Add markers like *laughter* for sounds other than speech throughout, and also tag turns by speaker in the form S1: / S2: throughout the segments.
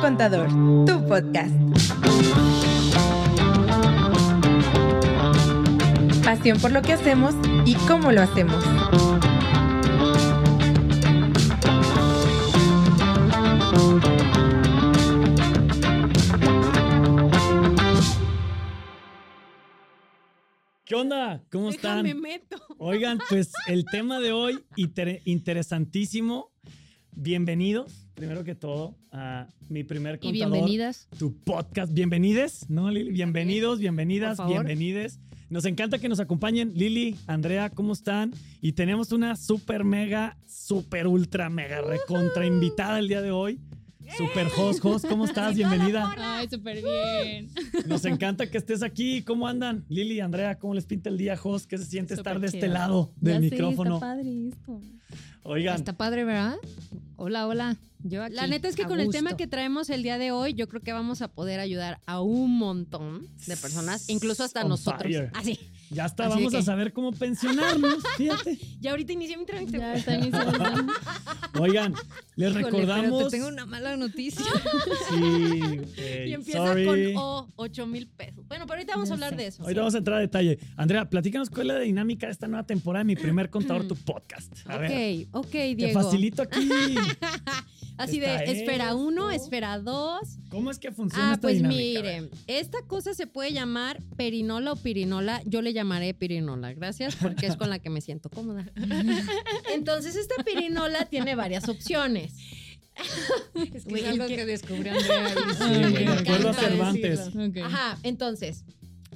S1: Contador, tu podcast. Pasión por lo que hacemos y cómo lo hacemos.
S2: ¿Qué onda? ¿Cómo están?
S3: Déjame meto.
S2: Oigan, pues el tema de hoy, inter- interesantísimo. Bienvenidos, primero que todo, a mi primer
S3: Y
S2: contador.
S3: bienvenidas.
S2: Tu podcast. Bienvenides, ¿no, Lili? Bienvenidos, bienvenidas,
S3: Por favor.
S2: bienvenides. Nos encanta que nos acompañen. Lili, Andrea, ¿cómo están? Y tenemos una super mega, super ultra mega recontra invitada el día de hoy. Super host, host, ¿cómo estás? Bienvenida.
S4: Ay, súper bien.
S2: Nos encanta que estés aquí. ¿Cómo andan? Lili, Andrea, ¿cómo les pinta el día, Jos? ¿Qué se siente
S4: Súper
S2: estar de
S4: chido.
S2: este lado *laughs* del micrófono?
S5: está padre esto.
S2: Oigan,
S4: Está padre, ¿verdad? Hola, hola. Yo aquí.
S3: La neta es que
S4: a
S3: con el tema
S4: gusto.
S3: que traemos el día de hoy, yo creo que vamos a poder ayudar a un montón de personas, incluso hasta
S2: On
S3: nosotros. Ah,
S2: fire.
S3: Así.
S2: ya está,
S3: así de
S2: vamos a
S3: que-
S2: saber cómo pensionarnos. Fíjate.
S3: Ya ahorita inicié mi trámite.
S5: Ya
S3: *laughs*
S5: está iniciando.
S2: Oigan, les
S4: Híjole, pero
S2: recordamos.
S4: te tengo una mala noticia.
S2: Sí, ok,
S3: Y empieza
S2: sorry.
S3: con O, 8 mil pesos. Bueno, pero ahorita vamos a
S4: Ya
S3: hablar
S4: sé.
S3: de eso.
S2: Ahorita vamos a entrar a detalle. Andrea, platícanos cuál es la dinámica de esta nueva temporada de mi primer contador, tu podcast. A ver,
S3: Ok, ok,
S2: te
S3: Diego.
S2: facilito aquí.
S3: Así de
S2: Está
S3: esfera 1,
S2: esto.
S3: esfera 2.
S2: ¿Cómo es que funciona
S3: Ah,
S2: esta
S3: pues
S2: dinámica? A ver.
S3: miren, esta cosa se puede llamar perinola o pirinola. Yo le llamaré pirinola, gracias, porque es con la que me siento cómoda. Entonces, esta pirinola tiene varias opciones.
S4: es
S3: Güey, el que-
S4: descubrió Andrea. y-
S2: Sí,
S4: Ay,
S2: güey,
S4: me
S2: de acuerdo a
S4: encanta
S2: Cervantes.
S4: decirlo. Ok.
S3: Ajá, entonces.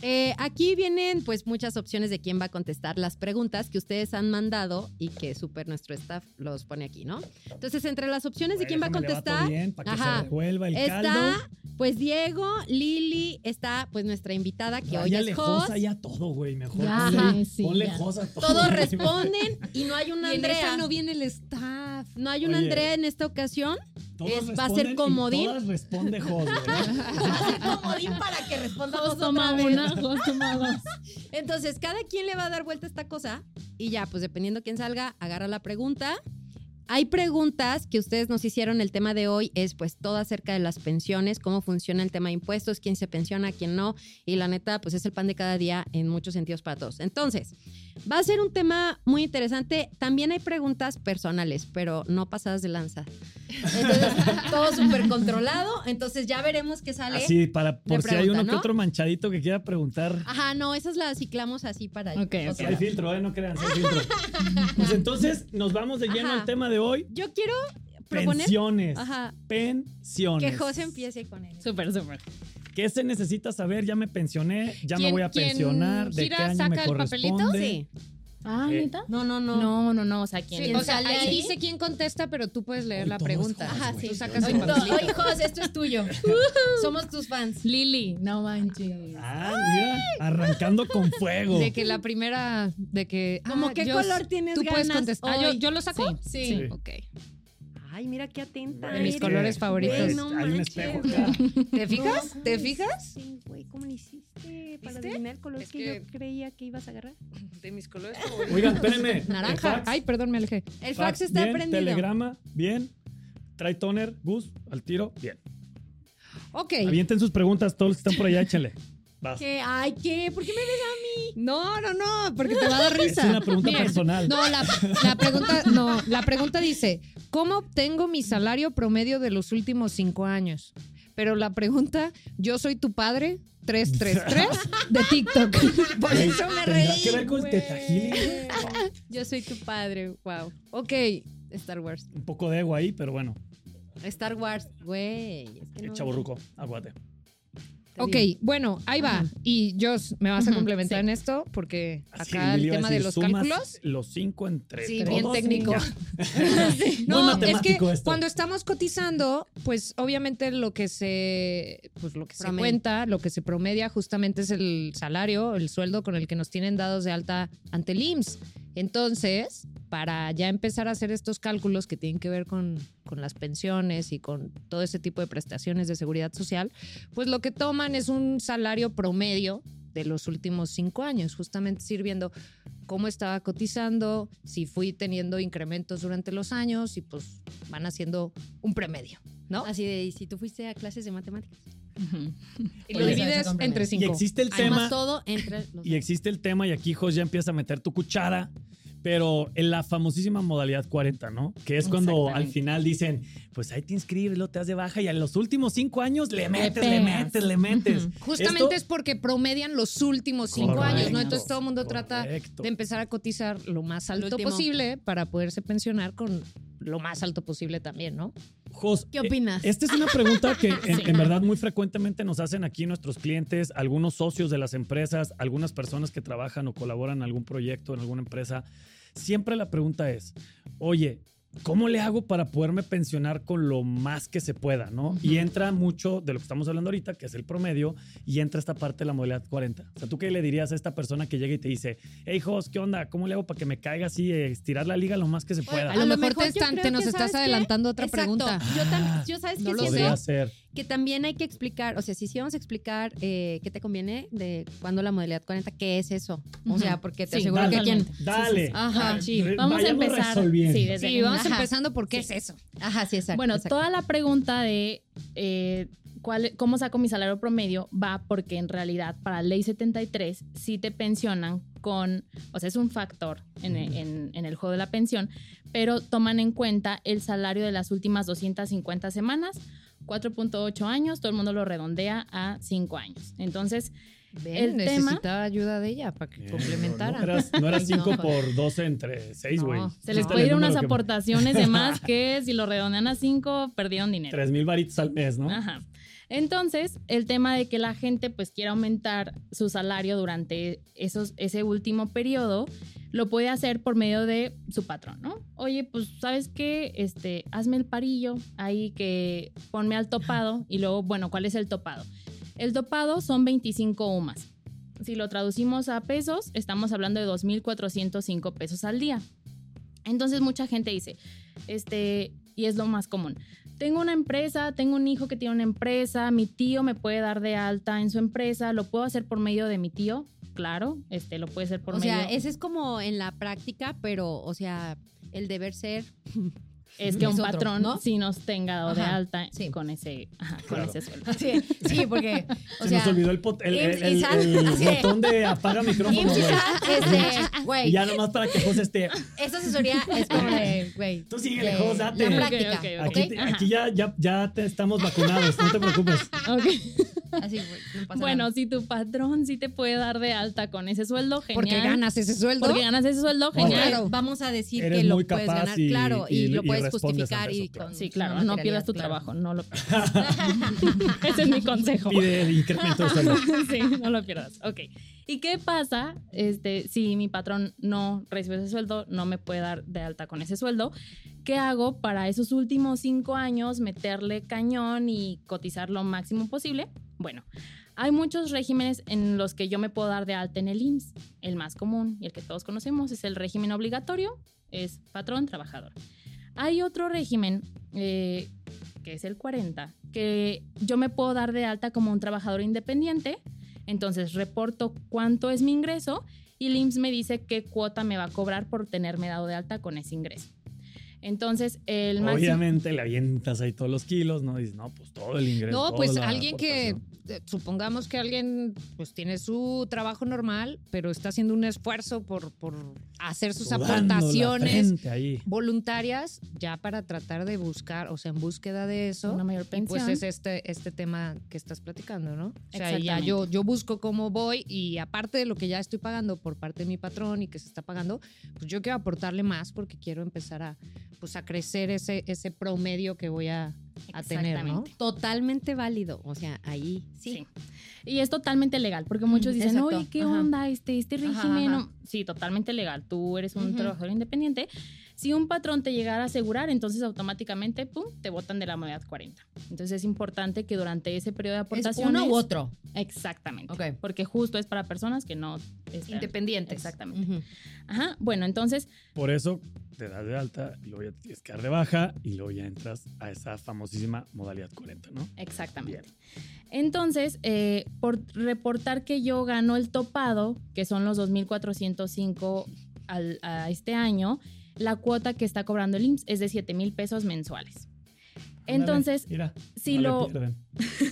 S3: eh, aquí vienen pues muchas opciones de quién va a contestar las preguntas que ustedes han mandado y que súper nuestro staff los pone aquí, ¿no? Entonces, entre las opciones de quién va a
S2: Déjame levanto
S3: contestar
S2: bien para que
S3: Ajá.
S2: se revuelva el
S3: está
S2: caldo.
S3: pues Diego, Lili, está pues nuestra invitada que hoy
S2: Ráyale
S3: es host.
S2: josa ya todo, güey. Mejor
S4: Ya,
S2: ponle,
S5: sí,
S2: ponle
S5: ya.
S2: josa a todo.
S3: Todos
S2: güey.
S3: responden y no hay una
S4: Y en
S3: Andrea.
S4: esa no
S3: No,
S4: viene el staff.
S3: hay
S2: Oye.
S3: una Andrea en esta ocasión.
S2: Todos
S3: Es- va a ser
S2: responden y
S3: comodín.
S2: Todas responde jos,
S3: *laughs*
S2: güey.
S3: Comodín para que respondamos
S5: Jos toma
S3: otra *laughs*
S5: una,
S3: vez.
S5: Jos toma dos.
S3: Entonces, cada quien le va a dar vuelta a esta cosa y ya, pues dependiendo quién salga, agarra la pregunta. Hay preguntas que ustedes nos hicieron el tema de hoy, es pues todo acerca de las pensiones, cómo funciona el tema de impuestos, quién se pensiona, quién no, y la neta, pues es el pan de cada día en muchos sentidos para todos. Entonces, va a ser un tema muy interesante. También hay preguntas personales, pero no pasadas de lanza. Entonces, *laughs* todo súper controlado, entonces ya veremos qué sale.
S2: Así, para, por
S3: Le
S2: si hay uno
S3: preguntan,
S2: que
S3: ¿no? Ah,
S2: otro manchadito que quiera preguntar.
S3: Ajá, no, esas las ciclamos así para...
S4: Ok, ok.
S2: Sí, hay filtro, ¿eh? No crean, sí hay
S3: *laughs*
S2: filtro. Pues entonces, nos vamos de lleno
S3: Ajá.
S2: al tema de hoy.
S3: Yo quiero proponer
S2: Pensiones.
S3: Ajá.
S2: Pensiones.
S3: que José empiece con él.
S4: Súper, súper.
S2: ¿Qué se necesita saber? Ya me pensioné, ya me
S4: ¿Quién-
S2: voy a
S4: quién
S2: pensionar. ¿De
S4: gira,
S2: qué año
S4: saca
S2: me
S4: el papelito?
S2: corresponde?
S3: Sí.
S5: Ah,
S2: Ok.
S5: ¿neta?
S3: No, no, no.
S4: No, no, no. O sea, ¿quién?
S3: Sí,
S4: o sea,
S3: sale
S4: ahí
S3: ahí.
S4: dice quién contesta, pero tú puedes leer
S2: Hoy
S4: la
S2: todo es
S4: pregunta.
S2: joven,
S3: Ajá,
S2: güey.
S3: sí.
S4: Tú sacas
S3: Hoy,
S4: el
S3: to-
S4: papelito.
S3: hoy, Jos, esto es tuyo. Somos tus fans.
S4: Lili, no manches.
S2: Ah, mira, arrancando con fuego.
S4: De que la primera, de que.
S3: ¿Cómo qué
S4: yo-
S3: color tienes
S4: Tú puedes
S3: ganas
S4: contestar. Ah, ¿yo,
S3: hoy?
S4: yo lo saco?
S3: Sí.
S2: Sí.
S4: Ok.
S3: Ay, mira qué atenta.
S2: Güey,
S4: De
S2: es
S4: mis
S3: eres.
S2: que,
S4: colores favoritos.
S2: güey,
S3: No
S2: hay un
S3: manches,
S2: espejo
S3: güey.
S2: acá.
S4: ¿Te fijas? ¿Te fijas?
S5: Sí, güey, ¿cómo le hiciste
S4: para
S5: adivinar el color
S4: Es que yo
S5: creía que ibas a agarrar?
S4: De mis colores
S2: Oigan, espérenme. El
S4: Naranja.
S2: fax,
S4: Ay, perdón, me alejé.
S3: El fax está
S2: bien,
S3: prendido.
S2: Telegrama, bien. Trae toner, Gus, al tiro, bien.
S4: Ok.
S2: Avienten sus preguntas, todos los que están por allá, échenle. Vas.
S3: ¿Qué? Ay, ¿qué? ¿Por qué me ves a
S4: No, no, no, porque te va a dar
S2: *laughs* Es
S4: risa.
S2: una pregunta
S4: Miren,
S2: personal.
S4: No, la, *laughs* la pregunta, no, la pregunta dice: ¿Cómo obtengo mi salario promedio de los últimos cinco años? Pero la pregunta, yo soy tu padre,
S2: *laughs*
S4: 333 de TikTok. Por
S2: Güey,
S4: eso
S2: ¿Tendrá
S4: me reí.
S2: que ver con el tetajil?
S3: Yo soy tu padre. Wow.
S4: Ok,
S3: Star Wars.
S2: Un poco de ego ahí, pero bueno,
S3: Star Wars, güey. Es que
S2: el
S3: no-
S2: chaburruco, aguate.
S3: Te
S4: ok,
S3: digo.
S4: bueno, ahí va. Y Jos, me vas a
S3: Ujú,
S4: complementar
S3: sí.
S4: en esto porque
S2: Así,
S4: acá el
S2: Ah, Lili iba a
S4: tema de
S2: decir,
S4: los
S2: sumas
S4: cálculos.
S2: Los cinco entre
S4: Sí,
S2: todos
S4: bien
S2: y *laughs*
S4: técnico.
S2: ya.
S4: No, es que
S2: matemático esto.
S4: cuando estamos cotizando, pues obviamente lo que se pues lo que se
S3: Promedio.
S4: cuenta, lo que se promedia justamente es el salario, el sueldo con el que nos tienen dados de alta ante el IMSS. Entonces, para ya empezar a hacer estos cálculos que tienen que ver con, con las pensiones y con todo ese tipo de prestaciones de seguridad social, pues lo que toman es un salario promedio de los últimos cinco años, justamente sirviendo cómo estaba cotizando, si fui teniendo incrementos durante los años y pues van haciendo un premedio. ¿no?
S3: Así de, ¿y si tú fuiste a clases de matemáticas?
S4: Y lo
S3: Oye,
S4: divides entre
S2: Y
S4: cinco.
S2: existe el tema.
S3: Además, todo entre los
S2: Y existe el tema, y aquí, Jos, ya empiezas a meter tu cuchara, pero en la famosísima modalidad 40, ¿no? Que es cuando al
S4: Exactamente.
S2: final dicen, pues ahí te inscribes, lo te das de baja, y en los últimos cinco años le metes, le
S4: pegas.
S2: metes, le metes.
S4: Ujú. Justamente
S2: Esto-
S4: es porque promedian los últimos cinco
S2: Correcto,
S4: años, ¿no? Entonces todo el mundo trata
S2: correcto.
S4: de empezar a cotizar lo más alto
S3: último.
S4: posible para poderse pensionar con lo más alto posible también, ¿no?
S2: Jos,
S3: ¿Qué
S2: eh,
S3: opinas?
S2: Esta es una pregunta que en, en verdad muy frecuentemente nos hacen aquí nuestros clientes, algunos socios de las empresas, algunas personas que trabajan o colaboran en algún proyecto, en alguna empresa. Siempre la pregunta es, oye, ¿cómo le hago para poderme pensionar con lo más que se pueda? ¿no? Y entra mucho de lo que estamos hablando ahorita, que es el promedio, y entra esta parte de la modalidad 40. O sea, ¿tú qué le dirías a esta persona que llega y te dice, hey, Jos, ¿qué onda? ¿Cómo le hago para que me caiga así, eh, estirar la liga lo más que se pueda?
S4: A lo,
S3: lo
S4: mejor,
S3: mejor
S4: te,
S3: yo
S4: están- te
S3: creo
S4: nos
S3: que,
S4: estás
S3: ¿sabes qué?
S4: adelantando otra
S3: Exacto. Ah,
S4: pregunta.
S3: Yo,
S2: Ah,
S3: tam- yo sabes
S4: No
S3: que
S4: lo
S3: siento
S2: Podría ser.
S3: que también hay que explicar, o sea, si sí vamos a explicar eh, qué te conviene de cuando la modalidad 40, ¿qué es eso? O sea, porque te
S5: Sí,
S3: aseguro que quien...
S5: totalmente.
S2: Dale.
S3: Ajá,
S2: Ay,
S5: sí.
S2: re-
S5: Vamos a
S2: vayamos
S5: empezar.
S2: resolviendo.
S5: Sí, desde
S4: Sí,
S5: el-
S4: vamos
S3: Ajá.
S4: empazando por qué es eso.
S3: Ajá, sí, exacto.
S5: Bueno,
S3: exacto.
S5: toda la pregunta de eh, cuál, cómo saco mi salario promedio va porque en realidad para ley 73 sí te pensionan con, o sea, es un factor en, en- en el juego de la pensión, pero toman en cuenta el salario de las últimas 250 semanas. 4.8 años, todo el mundo lo redondea a 5 años. Entonces,
S4: Ven,
S5: El tema-
S4: necesitaba ayuda de ella para que
S2: Bien,
S4: complementara.
S2: Eh, No, no eras- no era
S5: *laughs*
S4: Ay,
S2: 5
S4: no.
S2: por 12 entre 6,
S4: No,
S2: güey.
S5: se les
S4: No.
S5: puede ir unas
S2: aportaciones.
S5: aportaciones
S2: *laughs*
S5: de más que si lo redondean a 5, perdieron dinero.
S2: 3 mil varitos al mes, ¿no?
S5: Ajá. Entonces, el tema de que la gente pues quiera aumentar su salario durante esos, ese último periodo, lo puede hacer por medio de su patrón, ¿no? Oye, pues, ¿sabes qué? Este, hazme el parillo ahí que ponme al topado y luego, bueno, ¿cuál es el topado? El topado son 25 UMAS. Si lo traducimos a pesos, estamos hablando de 2.405 pesos al día. Entonces mucha gente dice, este, y es lo más común, tengo una empresa, tengo un hijo que tiene una empresa, mi tío me puede dar de alta en su empresa, lo puedo hacer por medio de mi tío, claro, este, lo puede hacer por
S3: o
S5: medio...
S3: sea, ese es como en la práctica, pero, o sea, el deber ser...
S5: es que
S3: es
S5: un
S3: otro,
S5: patrón
S3: ¿no?
S5: sí nos tenga dado de
S3: Ajá,
S5: alta
S3: sí.
S5: con ese, ajá, con
S2: Claro.
S5: ese sueldo.
S3: *laughs* Sí, sí, porque, o
S2: Se
S3: sea...
S2: nos olvidó el, pot- el, el-
S3: Ips y
S2: el-
S3: Sal.
S5: *laughs*
S2: el
S3: Así de-
S2: botón de apaga micrófono,
S3: IMSS y
S2: güey.
S3: SAT, este,
S2: Y
S3: güey,
S2: *laughs* ya nomás para que Jos esté.
S3: esta asesoría es como de, güey,
S2: Tú síguele,
S3: de
S2: Jos, date.
S3: La
S5: Ok,
S3: práctica,
S5: ok,
S2: Aquí, te- aquí ya, ya, ya te estamos vacunados, no te preocupes.
S5: Ok.
S3: Así, güey, no pasa
S5: Bueno,
S3: nada.
S5: si tu patrón sí te puede dar de alta con ese sueldo, genial.
S4: Porque ganas ese sueldo.
S5: Porque ganas ese sueldo,
S2: Bueno,
S5: genial.
S3: Claro, vamos a decir
S2: Eres
S3: que lo
S2: muy
S3: puedes
S2: capaz
S3: ganar,
S2: y-
S3: claro, y,
S2: y-
S3: lo
S2: y
S3: puedes
S2: respondes
S3: justificar
S2: ante eso,
S3: y
S2: claro.
S3: con
S5: Sí, claro, no pierdas tu trabajo, no *laughs* lo pierdas. Ese es mi consejo.
S2: Pide el incremento de sueldo.
S5: *laughs* sí, no lo pierdas. Ok. ¿Y qué pasa este, si mi patrón no recibe ese sueldo, no me puede dar de alta con ese sueldo? ¿Qué hago para esos últimos cinco años meterle cañón y cotizar lo máximo posible? Bueno, hay muchos regímenes en los que yo me puedo dar de alta en el IMSS. El más común y el que todos conocemos es el régimen obligatorio, es patrón trabajador. Hay otro régimen eh, que es el 40, que yo me puedo dar de alta como un trabajador independiente, entonces reporto cuánto es mi ingreso y el IMSS me dice qué cuota me va a cobrar por tenerme dado de alta con ese ingreso. Entonces, *laughs* el máximo...
S2: Obviamente le avientas ahí todos los kilos, ¿no? Dices, no, pues todo el ingreso.
S4: No,
S2: toda
S4: pues
S2: la
S4: alguien que,
S2: aportación.
S4: eh, supongamos que alguien pues tiene su trabajo normal, pero está haciendo un esfuerzo por, por hacer sus
S2: Sudando la
S4: aportaciones
S2: frente ahí.
S4: voluntarias ya para tratar de buscar, o sea, en búsqueda de eso.
S5: Una mayor
S4: Y pues
S5: pensión.
S4: es este, este tema que estás platicando, ¿no? O sea, ya
S5: Exactamente.
S4: yo, yo busco cómo voy y aparte de lo que ya estoy pagando por parte de mi patrón y que se está pagando, pues yo quiero aportarle más porque quiero empezar a, pues, a crecer ese, ese promedio que voy a, a tener, ¿no?
S5: Exactamente.
S3: Totalmente válido, o sea, ahí sí. Mm,
S5: Sí. Y es totalmente legal, porque muchos dicen,
S3: exacto,
S5: oye, ¿qué
S3: ajá.
S5: onda este, este
S3: Ajá,
S5: régimen?
S3: ajá.
S5: no-". Sí, totalmente legal. Tú eres un
S3: Ujú.
S5: trabajador independiente. Si un patrón te llegara a asegurar, entonces automáticamente, pum, te votan de la moneda 40. Entonces es importante que durante ese periodo de
S3: Es
S5: aportaciones...
S3: uno u otro.
S5: Exactamente.
S3: Ok.
S5: Porque justo es para personas que no... están-
S4: Independientes.
S5: Exactamente.
S3: Ujú.
S5: Ajá. Bueno, entonces
S2: Por eso te das de alta, y luego ya te tienes que dar de baja y luego ya entras a esa famosísima modalidad 40, ¿no?
S5: Exactamente. Entonces, eh, por reportar que yo gano el topado, que son los 2.405 al- a este año, la cuota que está cobrando el IMSS es de 7 mil pesos mensuales. Entonces,
S2: Mira,
S5: si
S2: no le
S5: lo...
S2: pierden.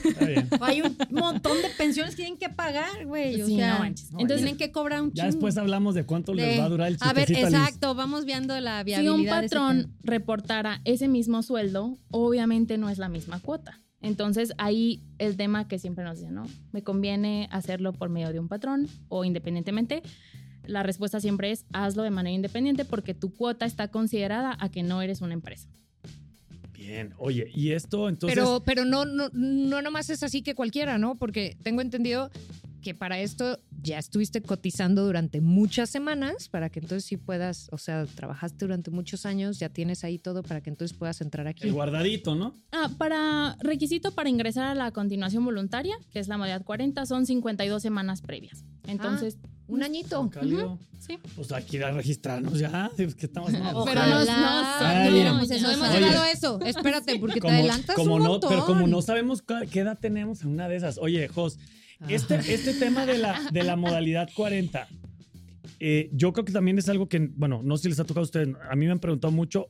S2: Está bien.
S3: *laughs* Hay un montón de pensiones que tienen que pagar, güey. O
S5: Sí,
S3: sea,
S5: no manches.
S2: no,
S3: entonces
S5: Entonces,
S3: tienen que cobrar un chingo.
S2: Ya después hablamos de cuánto les
S3: de-
S2: va a durar el
S3: A ver,
S2: chistecito Liz.
S3: exacto, vamos viendo la
S5: si
S3: viabilidad.
S5: un
S3: de ese
S5: patrón reportara ese mismo sueldo, obviamente no es la misma cuota. Entonces ahí el tema que siempre nos dicen, ¿no? ¿Me conviene hacerlo por medio de un patrón o independientemente? La respuesta siempre es hazlo de manera independiente porque tu cuota está considerada a que no eres una empresa.
S2: Bien, oye, y esto entonces.
S4: Pero, pero no, no, no nomás es así que cualquiera, ¿no? Porque tengo entendido que para esto ya estuviste cotizando durante muchas semanas para que entonces sí puedas, o sea, trabajaste durante muchos años, ya tienes ahí todo para que entonces puedas entrar aquí.
S2: el guardadito, ¿no?
S5: Ah, para requisito para ingresar a la continuación voluntaria, que es la modalidad 40, son 52 semanas previas. Entonces,
S4: Un añito.
S2: Cálido.
S5: sí.
S2: Pues hay que ir a registrarnos ya. *laughs* sí, pues, que estamos. no,
S3: Ah, Ojalá.
S5: Pero no, no,
S2: Ay,
S5: no,
S3: tuviéramos
S5: ya.
S3: esos
S4: No hemos
S2: Oye.
S4: llegado a eso. Espérate, porque te adelantas
S2: como
S4: un
S2: no,
S4: montón.
S2: pero como no sabemos cua- qué edad tenemos en una de esas. Oye, Jos,
S4: Ah.
S2: este, este tema de la, de la modalidad 40, eh, yo creo que también es algo que, bueno, no sé si les ha tocado a ustedes, a mí me han preguntado mucho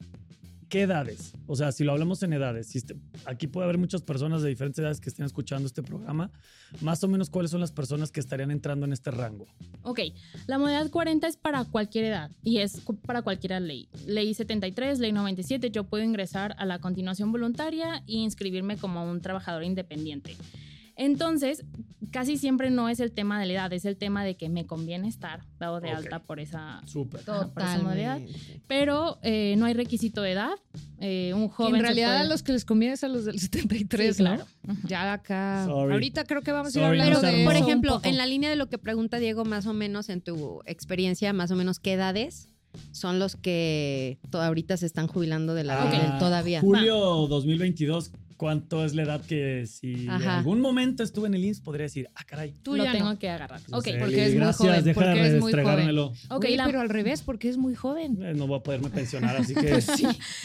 S2: qué edades, o sea, si lo hablamos en edades, si este- aquí puede haber muchas personas de diferentes edades que estén escuchando este programa, más o menos cuáles son las personas que estarían entrando en este rango.
S5: Ok, la modalidad 40 es para cualquier edad y es cu- para cualquier ley. Ley 73, ley 97, yo puedo ingresar a la continuación voluntaria e inscribirme como un trabajador independiente. Entonces, casi siempre no es el tema de la edad, es el tema de que me conviene estar dado de
S2: Ok.
S5: alta por esa,
S2: Súper.
S5: por esa modalidad.
S4: Totalmente.
S5: Pero eh, no hay requisito de edad. eh, un
S4: Que
S5: joven.
S4: en
S5: se
S4: realidad
S5: puede-
S4: a los que les conviene es a los del 73,
S5: Sí, claro.
S4: ¿no? Ya acá.
S2: Sorry.
S4: Ahorita creo que vamos
S2: Sorry,
S4: a ir
S2: no
S4: hablando
S3: Pero,
S2: se
S4: de
S2: armó.
S3: por
S4: eso un
S3: ejemplo,
S4: poco.
S3: en la línea de lo que pregunta Diego, más o menos en tu experiencia, más o menos qué edades son los que to- ahorita se están jubilando de la
S2: Ah,
S3: del todavía.
S2: Julio 2022, ¿cuánto es la edad que si en
S3: Ajá.
S2: algún momento estuve en el INSS podría decir, ah, caray?
S4: Tú
S5: lo
S4: ya
S5: tengo
S4: no.
S5: que agarrar.
S2: Pues,
S5: Ok,
S2: no sé,
S4: porque
S2: Eli,
S4: es muy
S2: gracias,
S4: joven,
S2: deja
S4: porque
S2: de
S4: es muy joven.
S2: restregármelo.
S5: ok,
S4: Güey,
S5: la-
S4: pero al revés, porque es muy joven.
S2: Eh, No voy a poderme pensionar, así que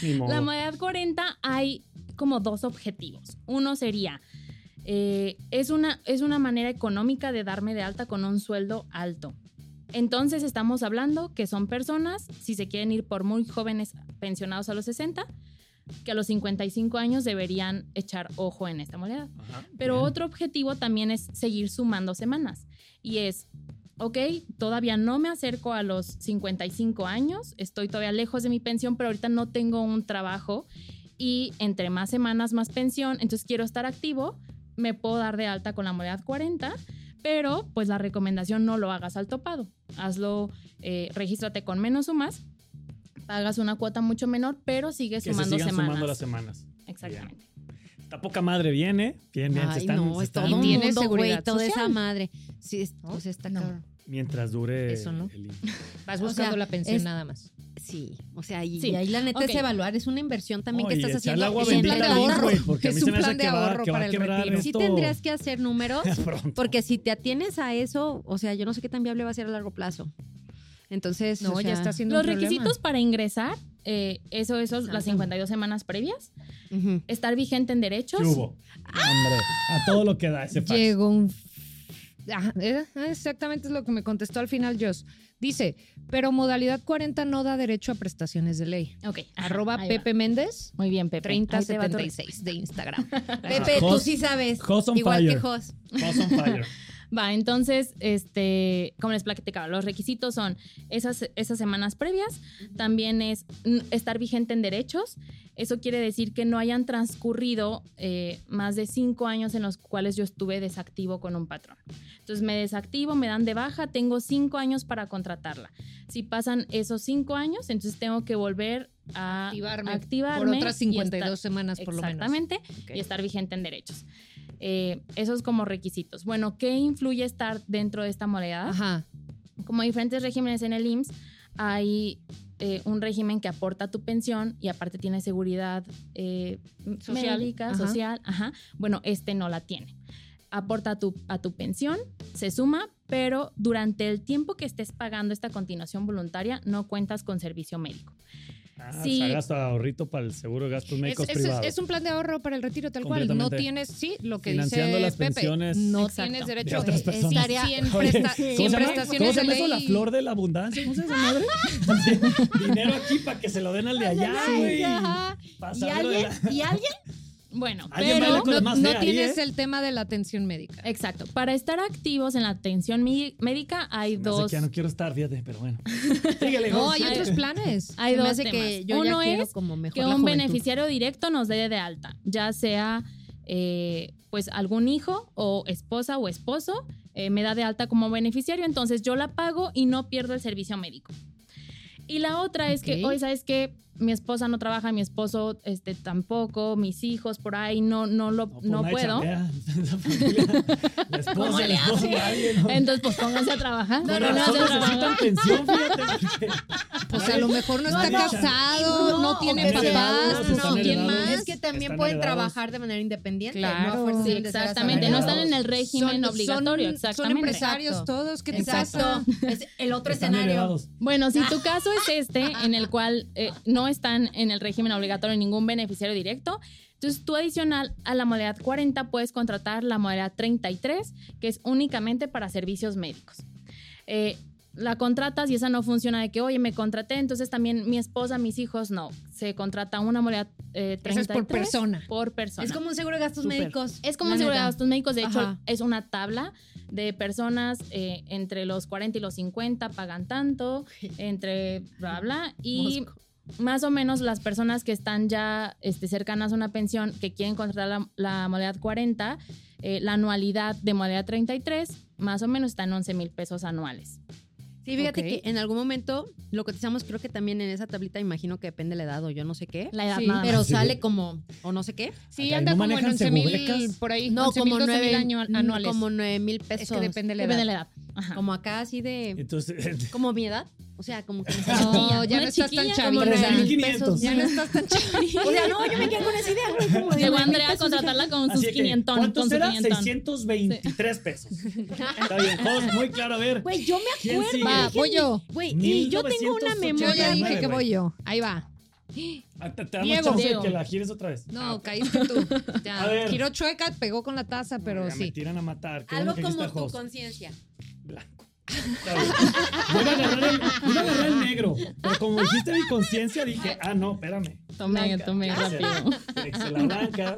S2: ni modo.
S5: La modalidad 40 hay como dos objetivos. Uno sería, eh, es, una, es una manera económica de darme de alta con un sueldo alto. Entonces estamos hablando que son personas, si se quieren ir por muy jóvenes pensionados a los 60, que a los 55 años deberían echar ojo en esta modalidad.
S2: Ajá,
S5: Pero
S2: bien.
S5: otro objetivo también es seguir sumando semanas. Y es, ok, todavía no me acerco a los 55 años, estoy todavía lejos de mi pensión, pero ahorita no tengo un trabajo. Y entre más semanas, más pensión. Entonces quiero estar activo, me puedo dar de alta con la modalidad 40. Pero, pues la recomendación no lo hagas al topado. Hazlo, eh, regístrate con menos sumas, pagas una cuota mucho menor, pero sigues
S2: que se
S5: sumando
S2: sigan
S5: semanas.
S2: sumando las semanas.
S5: Exactamente.
S2: Está poca madre, bien, ¿eh? Bien, bien. se
S3: Ay,
S2: están,
S3: no,
S2: se
S3: es todo
S2: están-
S4: Y
S3: un
S4: tiene
S3: mundo, güey,
S4: seguridad
S3: toda esa
S4: social.
S3: madre. Sí, es-
S4: ¿No?
S3: o sea, está
S4: No.
S3: cabrón.
S2: Mientras dure
S4: Eso, ¿no?
S2: el-
S4: Vas
S3: O
S4: buscando
S3: sea,
S4: la pensión
S3: es-
S4: nada más.
S3: Sí, o sea, y,
S5: Sí.
S3: y ahí la neta
S5: Ok.
S3: es evaluar, es una inversión también
S2: Oye,
S3: que estás
S2: echar el
S3: haciendo.
S2: agua
S3: y en
S2: bendita
S3: plan
S2: al
S3: de
S2: INSS,
S3: ahorro.
S2: güey, porque a mí
S4: Es
S2: se
S4: un
S2: me hace
S4: plan de
S2: que va-
S4: ahorro
S2: que va a
S4: para el
S2: quebrar
S4: retiro.
S3: Sí
S2: esto *laughs*
S3: tendrías que hacer números,
S2: pronto.
S3: porque si te atienes a eso, o sea, yo no sé qué tan viable va a ser a largo plazo. Entonces,
S4: No,
S3: o sea,
S4: ya está haciendo
S5: Los
S4: un problema.
S5: requisitos para ingresar, eh, eso, eso, las 52 semanas previas,
S3: ujú.
S4: *laughs*
S5: estar vigente en derechos.
S2: ¿Qué hubo? Hombre, a todo lo que da ese fax.
S4: Llegó un... Ajá, eh, exactamente es lo que me contestó al final Joss. Dice, pero modalidad 40 no da derecho a prestaciones de ley.
S5: Ok, ajá,
S4: Arroba
S5: ahí va.
S4: Pepe Méndez,
S5: Muy bien, Pepe. Ahí te va tu
S4: 3076 de Instagram.
S3: Pepe, tú
S2: Jos-
S3: sí sabes.
S2: Jos on
S3: Igual
S2: fire.
S3: que Jos.
S2: Todos on fire.
S5: Va, entonces, este, como les platicaba, los requisitos son esas, esas semanas previas, también es mm, estar vigente en derechos. Eso quiere decir que no hayan transcurrido eh, más de cinco años en los cuales yo estuve desactivo con un patrón. Entonces me desactivo, me dan de baja, tengo cinco años para contratarla. Si pasan esos cinco años, entonces tengo que volver a
S4: Activarme
S5: activarme,
S4: por Por otras
S5: y estar-
S4: 52 semanas por lo menos.
S5: Exactamente
S4: Ok.
S5: y estar vigente en derechos. Eh, esos como requisitos. Bueno, ¿qué influye estar dentro de esta modalidad?
S4: Ajá.
S5: Como hay diferentes regímenes en el IMSS, hay eh, un régimen que aporta tu pensión y aparte tiene seguridad eh,
S4: Social.
S5: médica,
S4: Ajá.
S5: social. Ajá. Bueno, este no la tiene. Aporta a tu, a tu pensión, se suma, pero durante el tiempo que estés pagando esta continuación voluntaria no cuentas con servicio médico.
S2: Ah,
S5: Sí.
S2: O sea, gasto ahorrito para el seguro de gastos
S4: Es,
S2: médicos
S4: es-
S2: privados.
S4: es un plan de ahorro para el retiro tal cual. No
S2: Completamente.
S4: tienes, sí, lo que
S2: Financiando
S4: dice
S2: las
S4: Pepe.
S2: pensiones
S4: no
S5: Exacto.
S4: tienes
S5: de
S4: derecho
S2: otras
S4: eh,
S2: personas.
S4: sí,
S3: Estaría-
S4: sin
S2: Oye,
S4: presta-
S2: ¿cómo
S4: sin
S2: se llama? ¿Cómo
S4: prestaciones
S2: se
S4: de
S2: llama eso?
S4: ley.
S2: La flor de la abundancia. ¿Cómo se llama esa madre? Dinero aquí para que se lo den al de allá,
S3: Ay,
S2: güey.
S3: ajá.
S2: Pasa,
S3: Y
S2: pero de
S3: alguien,
S2: la-
S3: y alguien
S5: Bueno,
S2: Alguien
S5: pero...
S2: baila con-
S4: No,
S2: más
S4: no
S2: de ahí,
S4: tienes
S2: ¿eh?
S4: el tema de la atención médica.
S5: Exacto. Para estar activos en la atención mi- médica hay
S2: Me hace
S5: dos...
S2: que ya *laughs* no quiero estar, fíjate, pero
S4: *laughs*
S2: bueno. Síguele,
S4: No, Ah,
S2: Jos.
S4: hay otros planes.
S5: Hay
S4: Se me
S5: dos
S4: hace que
S5: temas.
S4: yo ya
S5: Uno
S4: quiero
S5: es
S4: como mejor
S5: que
S4: la
S5: un
S4: juventud.
S5: beneficiario directo nos dé de alta, ya sea eh, pues algún hijo o esposa o esposo eh, me da de alta como beneficiario, entonces yo la pago y no pierdo el servicio médico. Y la otra es que
S4: Ok.
S5: hoy sabes que mi esposa no trabaja, mi esposo este tampoco, mis hijos por ahí no no lo
S2: pues,
S5: no
S2: nadie *laughs*
S5: puedo.
S2: chambea.
S4: *laughs*
S2: la esposa,
S5: ¿Cómo
S2: el
S5: le
S2: esposo,
S5: hace?
S2: nadie, ¿no?
S5: Entonces pues pónganse a trabajar.
S2: Con
S5: No, no,
S2: razón
S5: no, no, no,
S2: necesitan
S5: no.
S2: pensión, fíjate. porque-
S4: Pues a
S2: Nadie-
S4: lo mejor no está
S2: nadie chambea.
S4: casado, no,
S3: *laughs* No,
S4: tiene
S2: o que
S4: papás,
S2: heredados,
S4: pues
S2: están
S4: ¿quién
S2: heredados.
S4: más?
S3: Es que también
S2: Están
S3: pueden
S2: heredados.
S3: trabajar de manera independiente.
S4: Claro.
S3: No a fuerza
S5: Sí,
S3: tienen de ser
S5: exactamente, no están en el régimen
S4: Son-
S5: obligatorio,
S4: son-
S5: exactamente.
S4: Son empresarios
S3: Exacto.
S4: todos, ¿qué te pasa?
S3: Exacto. Es el otro
S2: Están
S3: escenario.
S2: heredados.
S5: Bueno, si
S4: *laughs*
S5: tu caso es este, en el cual eh, no están en el régimen obligatorio ningún beneficiario directo, entonces tú adicional a la modalidad 40 puedes contratar la modalidad 33, que es únicamente para servicios médicos. Eh, la contratas y esa no funciona de que, oye, me contraté, entonces también mi esposa, mis hijos, no. Se contrata una modalidad eh, 33
S4: Eso es por persona.
S5: por persona.
S3: Es como un seguro de gastos
S4: Súper.
S3: médicos.
S5: Es como
S3: la
S5: un seguro de
S3: neta.
S5: gastos médicos. De hecho,
S4: Ajá.
S5: es una tabla de personas eh, entre los 40 y los 50 pagan
S4: *laughs*
S5: tanto, entre bla, bla. Y más o menos las personas que están ya este, cercanas a una pensión que quieren contratar la, la modalidad 40, eh, la anualidad de modalidad 33, más o menos está en 11 mil pesos anuales.
S3: Sí, fíjate
S4: Ok.
S3: que en algún momento lo cotizamos, creo que también en esa tablita, imagino que depende la edad o yo no sé qué.
S5: La edad
S4: Sí,
S5: nada más.
S3: Pero
S2: Sí.
S3: sale como, o no sé qué.
S4: Sí,
S2: Acá, ¿y
S4: anda
S2: no
S4: como en
S2: manejan
S4: 11 mil,
S2: segubecas?
S4: Eh, por ahí,
S3: No,
S4: 11
S3: como
S4: 12
S3: nueve,
S4: año-
S3: mm,
S4: anuales.
S3: como nueve mil
S4: es
S3: pesos.
S4: que depende la edad.
S5: Depende de la edad. Ajá.
S3: Como acá así de,
S2: Entonces, *laughs*
S3: como mi edad. O sea, como que...
S4: No, ya
S5: Una
S4: no estás tan
S5: chiquilla,
S4: chavita.
S3: como nueve mil
S2: 3,500.
S4: Ya no estás tan chavita.
S3: O sea, no, yo me quedé con esa idea, güey. como de nueve
S5: Llegó
S3: mil
S5: Andrea a
S3: pesos.
S5: contratarla con sus
S2: así que,
S5: 500.
S2: ¿cuánto
S5: con su
S2: será?
S5: 500.
S2: 623 pesos. Está bien, Jos, muy claro, a ver.
S3: Güey, yo me
S2: ¿Quién sigue?
S4: Va, voy yo.
S3: Güey, y yo tengo una
S2: 1989,
S4: Yo ya
S3: memoria.
S4: dije que
S2: güey.
S4: voy yo. Ahí va.
S2: Ah, Te, te damos
S4: Diego.
S2: chance de
S5: Diego.
S2: que la gires otra vez. Ah,
S4: No, caíste
S2: *laughs*
S4: tú.
S2: A
S4: Ya.
S2: ver.
S4: Giró chueca, pegó con la taza, pero
S2: Oiga, Me
S4: sí.
S2: tiran a matar. Qué
S3: Algo
S2: bueno que aquí
S3: como
S2: está
S3: tu
S2: Jos.
S3: conciencia.
S2: Blanco. Está bien. Voy a agarrar el, voy a agarrar el negro. Pero como dijiste mi conciencia, dije, ah, no, espérame.
S5: Tomé,
S3: Blanca.
S5: tomé rápido.
S2: Excela blanca,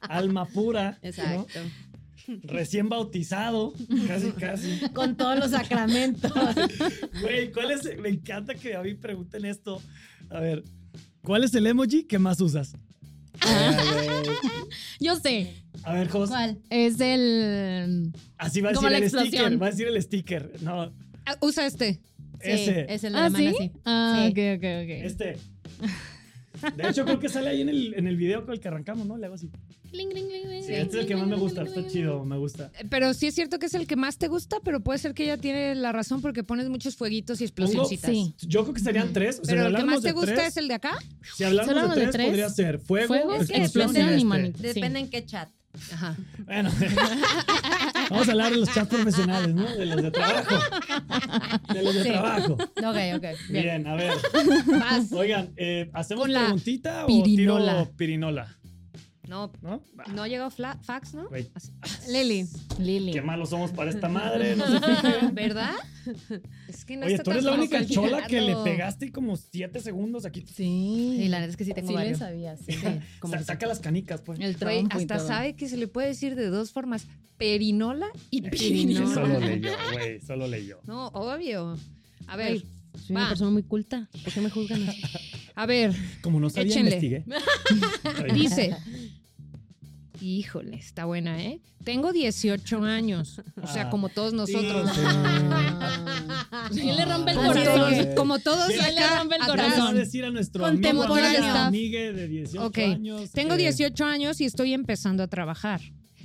S2: alma pura, ¿no?
S3: Exacto.
S2: recién bautizado, casi, casi.
S5: *laughs*
S3: Con todos los sacramentos.
S2: *laughs* Güey, ¿cuál es? Me encanta que a mí pregunten esto. A ver, ¿cuál es el emoji que más usas?
S5: Ah.
S2: Ay, güey.
S5: Yo sé.
S2: A ver, Jos,
S3: ¿Cuál?
S5: Es el.
S2: así va a
S5: Como
S2: decir
S5: la
S2: el
S5: explosión.
S2: sticker, va a decir el sticker. No,
S4: Ah, Usa este.
S2: ese,
S3: es el de
S5: Ah,
S3: la
S5: ¿sí?
S3: mano así.
S5: Ah,
S3: Sí.
S5: ok, ok, ok.
S2: este.
S5: *laughs*
S2: De hecho, creo que sale ahí en el, en el video con el que arrancamos, ¿no? Le hago así.
S5: Cling, cling, cling, cling,
S2: Sí, este es el que más me gusta, está chido, me gusta.
S4: Pero sí es cierto que es el que más te gusta, pero puede ser que ella tiene la razón porque pones muchos fueguitos y explosioncitas.
S5: Sí.
S2: Yo creo que serían tres. O sea,
S4: Pero
S2: si
S4: el que
S2: habláramos
S4: más te
S2: de
S4: gusta
S2: tres,
S4: es el de acá.
S2: Si hablamos
S5: Solo
S2: de
S5: hablamos de
S2: tres,
S5: tres.
S2: podría ser fuego,
S5: Fuego, es que
S2: explosión y
S5: explosión y
S2: este.
S5: manita.
S3: Depende en qué chat.
S4: Ajá.
S2: Bueno, *laughs* vamos a hablar de los chats profesionales, ¿no? De los de trabajo. De los de
S3: Sí.
S2: trabajo.
S3: Ok, ok.
S2: Bien, a ver.
S4: Vas.
S2: Oigan, eh, ¿hacemos
S4: Con la
S2: preguntita o
S4: pirinola.
S2: tiro pirinola?
S4: No,
S2: ¿No? Bah,
S4: no llegó fla- fax, ¿no?
S2: güey,
S4: *laughs* Lili,
S2: Qué
S5: Lili.
S2: malos somos para esta madre. no sé qué.
S3: ¿Verdad?
S4: es que este no
S2: Oye,
S4: está
S2: tú
S4: tan
S2: eres la única
S4: fácil.
S2: chola que le
S4: Claro.
S2: pegaste como siete segundos aquí.
S5: Sí.
S3: Y la neta es que sí tengo
S5: sí le
S3: varios.
S5: sabía, sí.
S3: Sí, como
S2: Sa-
S3: que-
S2: saca las canicas, pues.
S5: *laughs* El
S4: Güey,
S5: trompo y
S4: hasta
S5: todo. *laughs*
S4: sabe que se le puede decir de dos formas, perinola y
S2: *laughs* Sí, Solo
S4: pirinola.
S2: leyó, güey, solo leyó.
S4: No, obvio. A ver,
S3: Soy
S4: Va.
S3: una persona muy culta. ¿Por qué me juzgan así?
S4: a ver,
S2: Como no sabía,
S4: Échenle.
S2: investigué. Está bien.
S4: dice. Híjole, está buena, ¿eh? Tengo 18 años, o sea,
S2: Ah,
S4: como todos nosotros.
S2: sí.
S5: ¿Quién le rompe el
S4: Así de
S5: corazón?
S4: que, como todos
S2: ¿Quién
S5: le
S4: acá,
S5: rompe el
S4: atrás.
S2: Vamos a
S5: corazón?
S2: decir a nuestro amigo,
S4: Contemporáneo.
S2: amiga, amigue de 18
S4: Ok.
S2: años. eh,
S4: Tengo
S2: que-
S4: 18 años y estoy empezando a trabajar.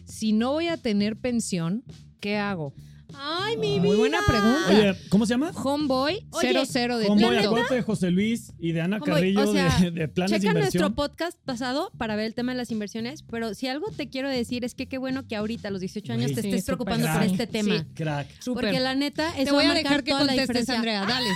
S4: Si no voy a tener pensión, ¿qué hago?
S3: Ay,
S2: mi Ah.
S3: mi vida.
S2: vida.
S4: Muy buena pregunta.
S2: Oye, ¿cómo se llama?
S4: Homeboy
S3: Oye,
S4: 00 de
S2: Homeboy,
S4: Tepito.
S2: acuérdate de José Luis y de Ana
S3: Homeboy,
S2: Carrillo
S3: o sea,
S2: de, de Planes de
S3: Checa nuestro
S2: Inversión.
S3: podcast pasado para ver el tema de las inversiones, pero si algo te quiero decir es que qué bueno que ahorita a los 18 años
S2: Güey,
S3: te
S5: sí,
S3: estés
S5: súper
S3: preocupando por
S2: grave.
S3: este tema.
S4: Sí.
S2: Crack.
S4: Súper.
S3: Porque la neta,
S4: Te
S3: eso
S4: voy
S3: va
S4: a dejar
S3: marcar
S4: que
S3: toda la
S4: contestes,
S3: diferencia.
S4: Andrea. Dale.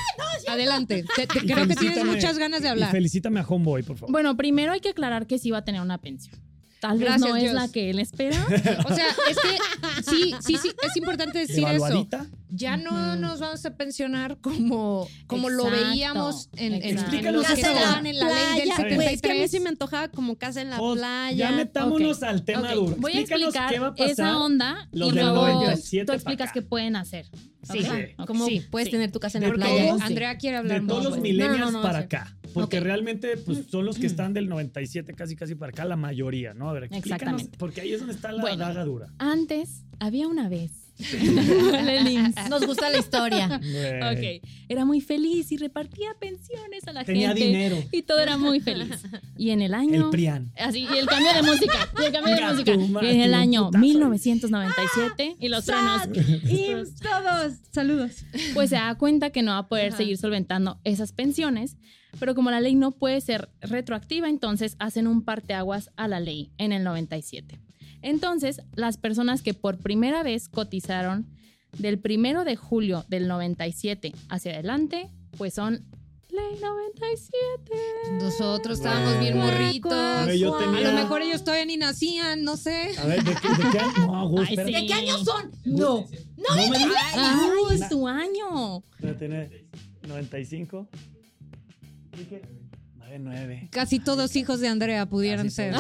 S4: Adelante.
S2: Y
S4: Te- te- creo que tienes
S2: felicítame-
S4: muchas ganas de
S2: y
S4: hablar.
S2: felicítame a Homeboy, por favor.
S5: Bueno, primero hay que aclarar que sí va a tener una pensión. Tal vez
S4: Gracias,
S5: no es
S4: Dios.
S5: la que él espera.
S2: *laughs*
S4: O sea, es que sí, sí, sí, es importante decir eso.
S2: Evaluadita.
S4: Ya no
S2: Mm.
S5: Ujú.
S4: nos vamos a pensionar como, como lo
S5: Exacto,
S4: veíamos en, en,
S5: exacto.
S4: en los que
S2: Explícanos
S4: estaban en la ley del
S3: playa, güey, es que a mí
S4: 73.
S3: sí me antojaba como casa en la
S2: Jos,
S3: playa.
S2: ya metámonos al tema
S4: ok.
S2: duro.
S5: Voy a
S2: Explícanos
S5: explicar
S2: qué va a pasar.
S5: esa onda
S2: los
S5: y
S2: del
S5: luego
S2: 97
S5: tú
S2: pa'
S5: explicas
S2: acá.
S5: qué pueden hacer.
S4: Sí.
S5: ¿ok?
S2: Sí.
S5: ¿Cómo
S4: Sí.
S3: Puedes
S5: sí.
S3: tener tu casa en la
S2: Porque
S3: playa.
S2: todos-
S4: Andrea quiere
S2: de
S4: hablar
S2: todos
S4: más.
S2: los
S4: güey.
S2: millennials
S3: No, no, no,
S2: para
S3: sí.
S2: acá, porque
S5: Ok.
S2: realmente pues, son los que están del 97 casi casi para acá, la mayoría, ¿no? A ver, explícanos,
S5: Exactamente.
S2: porque ahí es donde está la
S5: Bueno.
S2: daga dura.
S5: Antes había una vez. *laughs* en el IMSS.
S3: Nos gusta la historia.
S5: Ok, era muy feliz y repartía pensiones a la
S2: Tenía
S5: gente.
S2: dinero,
S5: Y todo era muy feliz. Y en el
S2: el
S5: año.
S2: Prian.
S5: Así, y el cambio de música. Y el cambio de
S2: Venga,
S5: música.
S2: tú, ma,
S5: Y en el
S2: tú,
S5: año
S2: putazo.
S5: 1997. Y los truenos.
S3: Sad. Ims, todos. Saludos.
S5: pues se da cuenta que no va a poder
S3: Ajá.
S5: seguir solventando esas pensiones, pero como la ley no puede ser retroactiva, entonces hacen un parteaguas a la ley en el 97. Entonces, las personas que por primera vez cotizaron del 1 de julio del 97 hacia adelante, pues son ley 97.
S4: Nosotros estábamos
S2: Güey.
S4: bien morritos.
S2: Güey, yo
S4: A
S2: tenía-
S4: lo mejor ellos todavía ni nacían, no sé.
S2: A ver, ¿de qué, de qué año? No, Gus,
S5: Ay,
S2: espérate.
S5: sí.
S3: ¿De qué año son? No.
S2: No, me digas.
S5: ¡Ay, es tu año!
S2: Espérate, ne- 95. ¿Qué? 99.
S4: Casi todos hijos de Andrea pudieran ser.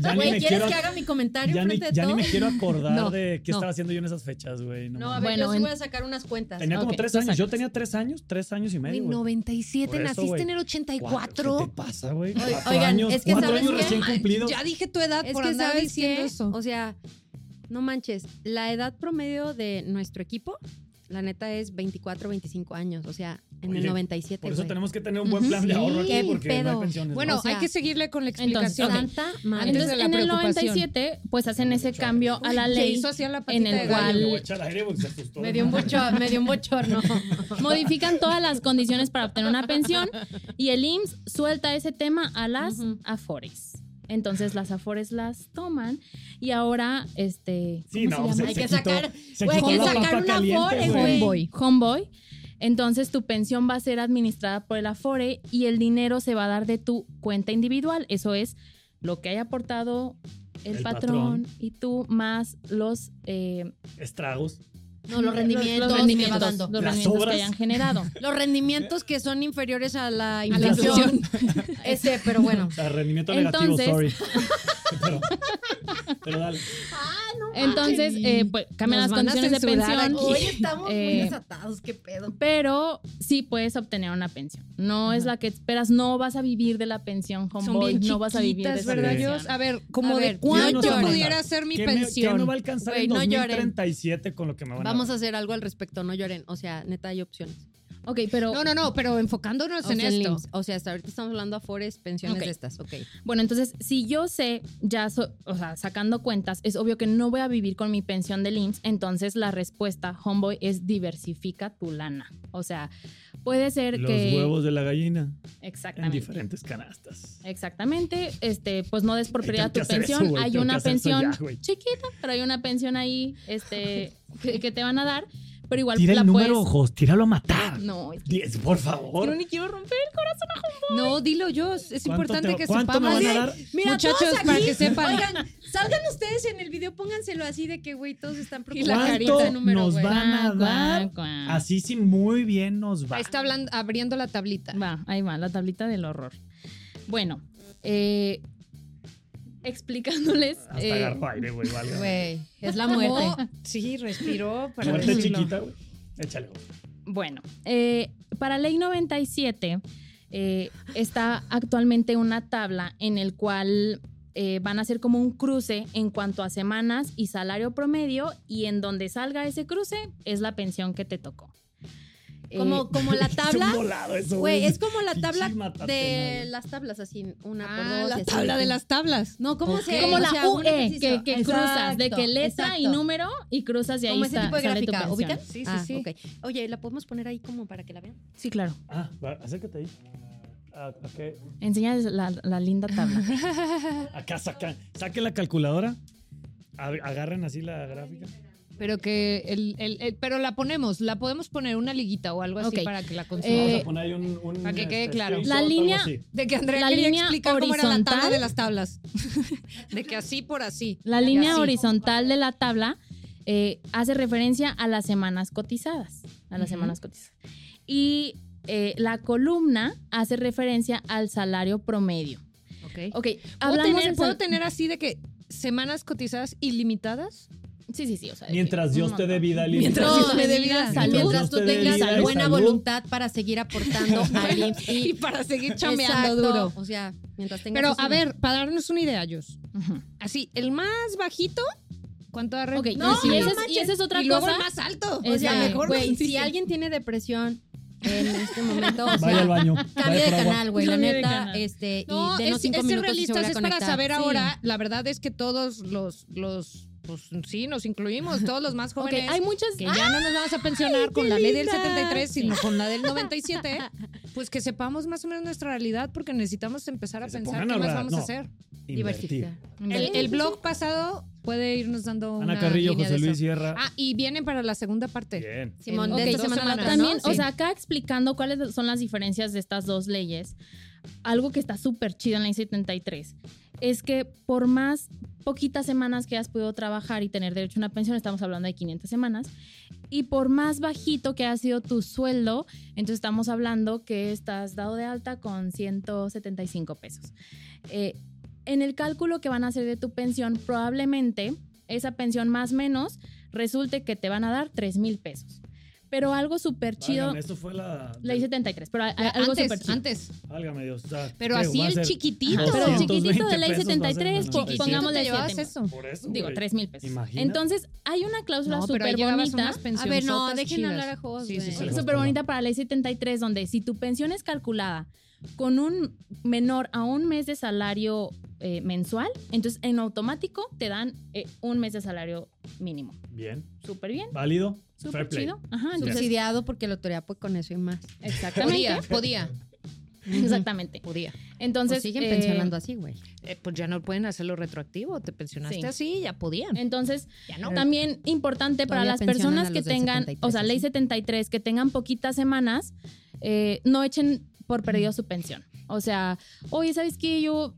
S2: Ya ni
S3: Güey,
S2: me
S3: ¿quieres
S2: quiero
S3: que haga mi comentario
S2: ya ni,
S3: frente de
S2: ya ni
S3: todo?
S2: me quiero acordar
S4: No,
S2: de qué
S4: no.
S2: estaba haciendo yo en esas fechas, güey. No,
S3: No, a
S2: mames.
S3: ver,
S5: Bueno,
S3: yo sí
S5: en-
S3: voy a sacar unas cuentas.
S2: Tenía como
S5: ok,
S2: tres
S5: tú
S2: años. Yo
S5: sacas.
S2: tenía tres años, tres años y
S4: Güey,
S2: medio. güey.
S4: 97,
S2: Por eso,
S4: naciste
S2: güey.
S4: en el 84.
S2: ¿Qué te pasa, güey? Cuatro
S3: oigan,
S2: años,
S3: es que
S2: cuatro
S3: ¿sabes
S2: años
S3: qué?
S2: recién cumplidos.
S4: Ya dije tu edad
S3: Es
S4: por
S3: que
S4: andar
S3: sabes
S4: diciendo
S3: qué?
S4: eso.
S3: O sea, no manches, la edad promedio de nuestro equipo, la neta es 24, 25 años, o sea, en el
S2: Oye,
S3: 97.
S2: Por eso
S3: güey.
S2: tenemos que tener un buen plan de
S4: Sí,
S2: ahorro aquí
S3: qué
S2: porque no hay
S3: pedo.
S2: pensiones.
S4: bueno,
S2: ¿no?
S3: o sea-
S4: hay que seguirle con la
S5: Entonces,
S4: explicación.
S5: ok.
S3: Santa madre.
S4: Antes de
S5: Entonces,
S4: la
S5: en el
S4: preocupación.
S5: 97, pues hacen ese
S2: Mucho.
S5: cambio a la
S4: Uy,
S5: ley.
S4: *laughs* Se hizo así a la
S5: en
S4: patita
S5: el
S4: de
S5: cual-
S4: gallo.
S2: Le voy a echar aire porque se asustó.
S3: me dio un bochorno, me dio un bochorno.
S5: modifican todas las condiciones para obtener una pensión y el IMSS suelta ese tema a las
S3: Ujú.
S5: afores. Entonces las afores las toman y ahora este
S2: Sí, no,
S5: ¿cómo
S2: pues,
S5: se llama?
S3: Hay
S2: se
S3: que
S2: quitó-
S3: sacar,
S2: se
S3: güey, hay
S2: quitó
S3: que
S2: la
S3: sacar
S2: papa
S3: un
S2: caliente,
S3: Afore,
S2: güey.
S3: güey.
S4: Homeboy.
S5: Homeboy. Entonces tu pensión va a ser administrada por el afore y el dinero se va a dar de tu cuenta individual, eso es lo que haya aportado el,
S2: El
S5: patrón,
S2: patrón.
S5: y tú más los eh,
S2: Estragos.
S3: No, los rendimientos,
S5: los
S3: que
S5: rendimientos,
S3: va dando.
S5: los
S2: Las
S5: rendimientos que
S2: obras.
S5: hayan generado.
S3: Los rendimientos que son inferiores a la
S4: A la
S3: inflación. *laughs* Ese, pero bueno.
S2: O sea, rendimiento
S5: Entonces-
S2: negativo, sorry. pero, pero dale.
S5: Entonces, eh, pues, cambian
S4: Nos
S5: las
S4: van a
S5: condiciones de
S4: censurar
S5: pensión.
S4: aquí.
S3: Hoy estamos muy
S5: Eh,
S3: desatados, qué pedo.
S5: Pero sí puedes obtener una pensión. No es la que esperas. No vas a vivir de la pensión, homeboy. No vas a vivir de
S4: pues chiquitas,
S5: esa
S4: ¿verdad,
S5: pensión.
S4: Dios? A ver, como
S3: A
S4: de
S3: ver, yo
S4: cuánto
S2: no sé mandar.
S4: pudiera ser mi
S2: ¿Qué me-
S4: pensión.
S2: ¿Qué me va a alcanzar
S3: Güey,
S2: en
S3: no lloren.
S2: 2037 con lo que me van
S3: Vamos
S2: a...
S3: a hacer algo al respecto, no lloren. O sea, neta, hay opciones.
S5: Ok, pero
S4: No, no, no, pero enfocándonos
S3: O
S4: en
S3: sea, el
S4: esto.
S3: IMSS. O sea, hasta ahorita estamos hablando afores, pensiones
S5: Ok.
S3: de estas. Pues Ok.
S5: bueno, entonces, si yo sé, ya, so- o sea, sacando cuentas, es obvio que no voy a vivir con mi pensión del IMSS. Entonces, la respuesta, homeboy, es diversifica tu lana. O sea, puede ser
S2: Los
S5: que.
S2: huevos de la gallina en
S5: Exactamente.
S2: diferentes canastas.
S5: Exactamente, este, pues no des por
S2: Ay,
S5: perdida
S2: tengo que
S5: tu
S2: hacer
S5: pensión,
S2: eso, güey,
S5: hay
S2: tengo que
S5: una
S2: hacer eso
S5: pensión
S2: ya, güey.
S5: chiquita, pero hay una pensión ahí, este, que, que te van a dar, pero igual
S2: Tira
S5: la
S2: el número,
S5: puedes.
S2: ojos, tíralo a matar.
S5: No, es que
S2: Diez, por
S5: no
S2: favor.
S5: ni quiero romper.
S4: No, dilo yo. Es
S2: ¿Cuánto
S4: importante
S2: te-
S4: que
S2: cuánto
S4: sepamos.
S2: me van a dar?
S3: Mira,
S4: Muchachos,
S3: todos aquí,
S4: para que sepan.
S3: Oigan, salgan ustedes en el video, pónganselo así de que, güey, todos están
S4: Y la
S3: preocupados.
S4: carita
S2: ¿Cuánto
S4: de número,
S2: nos
S4: güey.
S2: van
S5: Ah,
S2: a dar?
S5: Cuá,
S2: Así sí muy bien nos va.
S4: Ahí está hablando, abriendo la tablita.
S5: Va, ahí va, la tablita del horror. Bueno, eh, explicándoles.
S2: Hasta
S5: eh,
S2: agarro aire, güey, vale.
S4: Güey.
S3: Es la muerte.
S4: No, sí, respiró para
S2: Muerte
S4: decirlo.
S2: chiquita, güey. Échale. güey.
S5: Bueno, eh, para Ley 97 eh, está actualmente una tabla en el cual eh, van a hacer como un cruce en cuanto a semanas y salario promedio y en donde salga ese cruce es la pensión que te tocó. Eh,
S3: Como, como la
S2: Es un
S3: tabla.
S2: volado eso,
S3: Güey, es como la
S2: Pinche
S3: tabla
S2: matatena,
S3: de
S2: güey.
S3: las tablas, así, una por
S4: Ah,
S3: dos. y
S4: la
S3: así.
S4: tabla de las tablas.
S3: No, ¿cómo
S2: Ok.
S3: se
S5: como
S3: o
S5: la
S3: sea,
S4: E,
S3: un
S5: UE,
S3: ejercicio.
S5: que, que cruzas de
S3: Exacto,
S5: que letra y
S3: exacto.
S5: número y cruzas y ahí
S3: Como ese
S5: está-
S3: tipo de
S5: sale tu
S3: gráfica,
S5: pensión.
S3: ¿ubican?
S4: Sí, sí,
S3: Ah,
S4: sí.
S3: ok. Oye, ¿la podemos poner ahí como para que la vean?
S5: Sí, claro.
S2: Ah, va, acércate ahí. Ah, ok.
S5: Enseñas la, la linda tabla.
S4: *laughs*
S2: Acá sacan. Saquen la calculadora. A- Agarren así la gráfica.
S4: Pero que el, el- el- pero la ponemos, la podemos poner una liguita o algo así
S5: Ok.
S4: para que la
S5: Eh,
S4: consigamos.
S2: Vamos a poner ahí un, un, este,
S4: para que quede claro.
S2: screenshot,
S5: La
S2: algo
S5: línea-
S2: así.
S4: de que Andrea
S5: la
S4: quería
S5: línea
S4: explicar cómo era la tabla
S5: horizontal.
S4: de las tablas. *laughs* de que así por así.
S5: La
S4: Y
S5: línea
S4: así.
S5: horizontal de la tabla eh, hace referencia a las semanas cotizadas. A las
S4: Ujú.
S5: semanas cotizadas. Y eh, la columna hace referencia al salario promedio.
S4: Ok.
S5: Ok,
S4: ¿Puedo
S5: hablamos
S4: tener,
S5: del
S4: puedo
S5: sal-
S4: tener así de que semanas cotizadas ilimitadas?
S5: Sí, sí, sí. o sea, de que
S2: Mientras Dios
S5: un
S2: te dé
S5: montón.
S2: vida, Lili.
S5: Mientras Dios me dé vida, salud.
S3: Mientras tú
S2: Mientras te dé
S3: tengas
S2: vida y
S3: buena
S2: salud.
S3: voluntad para seguir
S4: *laughs*
S3: aportando al IMSS.
S4: Y
S3: Y
S4: para seguir chambeando
S3: Exacto,
S4: duro.
S3: O sea, mientras tengas
S4: Pero
S3: tus-
S4: a ver, para darnos una idea, Jos.
S5: Ujú.
S4: Así, el más bajito, ¿cuánto da
S5: Ok,
S4: recibido?
S5: y, esa es, y esa es otra
S4: y luego
S5: cosa.
S4: el más alto.
S5: es
S4: o sea,
S5: la-
S4: mejor
S3: Güey,
S4: no
S3: si
S4: existe.
S3: alguien tiene depresión en este momento, o
S2: Vaya
S3: sea,
S2: al baño.
S3: cambia
S2: vaya
S3: de
S2: por agua.
S3: canal, güey, la
S5: Cambia de
S3: neta,
S5: canal.
S3: este,
S4: No,
S3: y denos
S4: es,
S3: cinco
S4: es ser
S3: minutos y se
S4: realistas,
S3: vuelve a
S4: es para
S3: conectar.
S4: saber
S3: Sí.
S4: ahora. La verdad es que todos los, los, pues sí, nos incluimos, todos los más
S5: Ok,
S4: jóvenes.
S5: hay muchas. Ah,
S4: que ya no nos vamos a pensionar con la ley del 73, sino con la del 97, pues que sepamos más o menos nutra realidad porque necesitamos empezar a
S2: Que se
S4: pensar qué
S2: pongan a
S4: más
S2: hablar,
S4: vamos a
S2: no.
S4: hacer.
S2: Invertir.
S4: El, el blog pasado puede irnos dando
S2: Ana
S4: una
S2: Carrillo,
S4: línea
S2: José
S4: de
S2: Luis
S4: eso.
S2: Sierra.
S4: Ah, y vienen para la segunda parte.
S2: Bien.
S3: Simón,
S4: Ok,
S3: de esta
S4: dos
S3: semana a la otra,
S4: semanas.
S3: ¿no?
S5: También,
S3: Sí.
S5: o sea, acá explicando cuáles son las diferencias de estas dos leyes, algo que está súper chido en la ley 73 es que por más poquitas semanas que hayas podido trabajar y tener derecho a una pensión, estamos hablando de 500 semanas, y por más bajito que haya sido tu sueldo, entonces estamos hablando que estás dado de alta con 175 pesos. Eh, en el cálculo que van a hacer de tu pensión, probablemente esa pensión más menos resulte que te van a dar 3 mil pesos. Pero algo súper chido...
S2: Válgame, Esto fue la.
S5: Ley 73, pero a- a-
S4: Ya,
S5: Ah, algo súper
S4: antes,
S5: chido.
S4: antes.
S2: Válgame Dios. o sea,
S4: Pero
S2: ¿qué?
S4: así
S2: Va a
S4: el
S2: ser
S4: chiquitito.
S5: Pero el
S2: 220
S5: chiquitito de ley
S2: pesos, va a ser
S5: 73,
S2: menos
S5: po-
S2: de
S4: Chiquitito
S5: pongámosle
S4: te llevabas
S5: 7,000.
S4: eso.
S2: 600. Por eso.
S5: Digo,
S2: güey.
S5: 3 mil pesos.
S2: Imagínate.
S5: Entonces, hay una cláusula
S4: No, pero ahí
S5: súper
S4: llegabas
S5: bonita.
S4: unas pensiones.
S3: A ver, no,
S4: todas
S3: dejen
S4: chidas.
S3: hablar a Jos,
S4: Sí, sí,
S3: güey.
S4: sí.
S2: Híjole,
S5: Súper bonita para la ley 73, donde si tu pensión es calculada con un menor a un mes de salario eh, mensual, entonces en automático te dan eh, un mes de salario mínimo.
S2: Bien.
S5: Súper bien,
S2: Válido.
S5: súper
S2: Fair play.
S5: chido. Ajá, entonces,
S3: Subsidiado porque la autoridad pues con eso
S4: *laughs*
S3: y más.
S4: Podía,
S5: exactamente.
S4: podía,
S5: Exactamente.
S4: podía.
S5: Entonces,
S3: Entonces, Pues siguen
S5: eh,
S3: pensionando así, güey.
S4: Eh, pues ya no pueden hacerlo retroactivo. Te pensionaste
S5: Sí.
S4: así, ya podían.
S5: Entonces,
S4: Eh, Ya no.
S5: También importante para
S3: Todavía
S5: las
S3: pensionan a
S5: personas que
S3: los del
S5: tengan,
S3: 73,
S5: o sea, ley
S3: ¿sí?
S5: 73, que tengan poquitas semanas, eh, no echen por perdido su pensión. O sea, oye, ¿sabes qué? Yo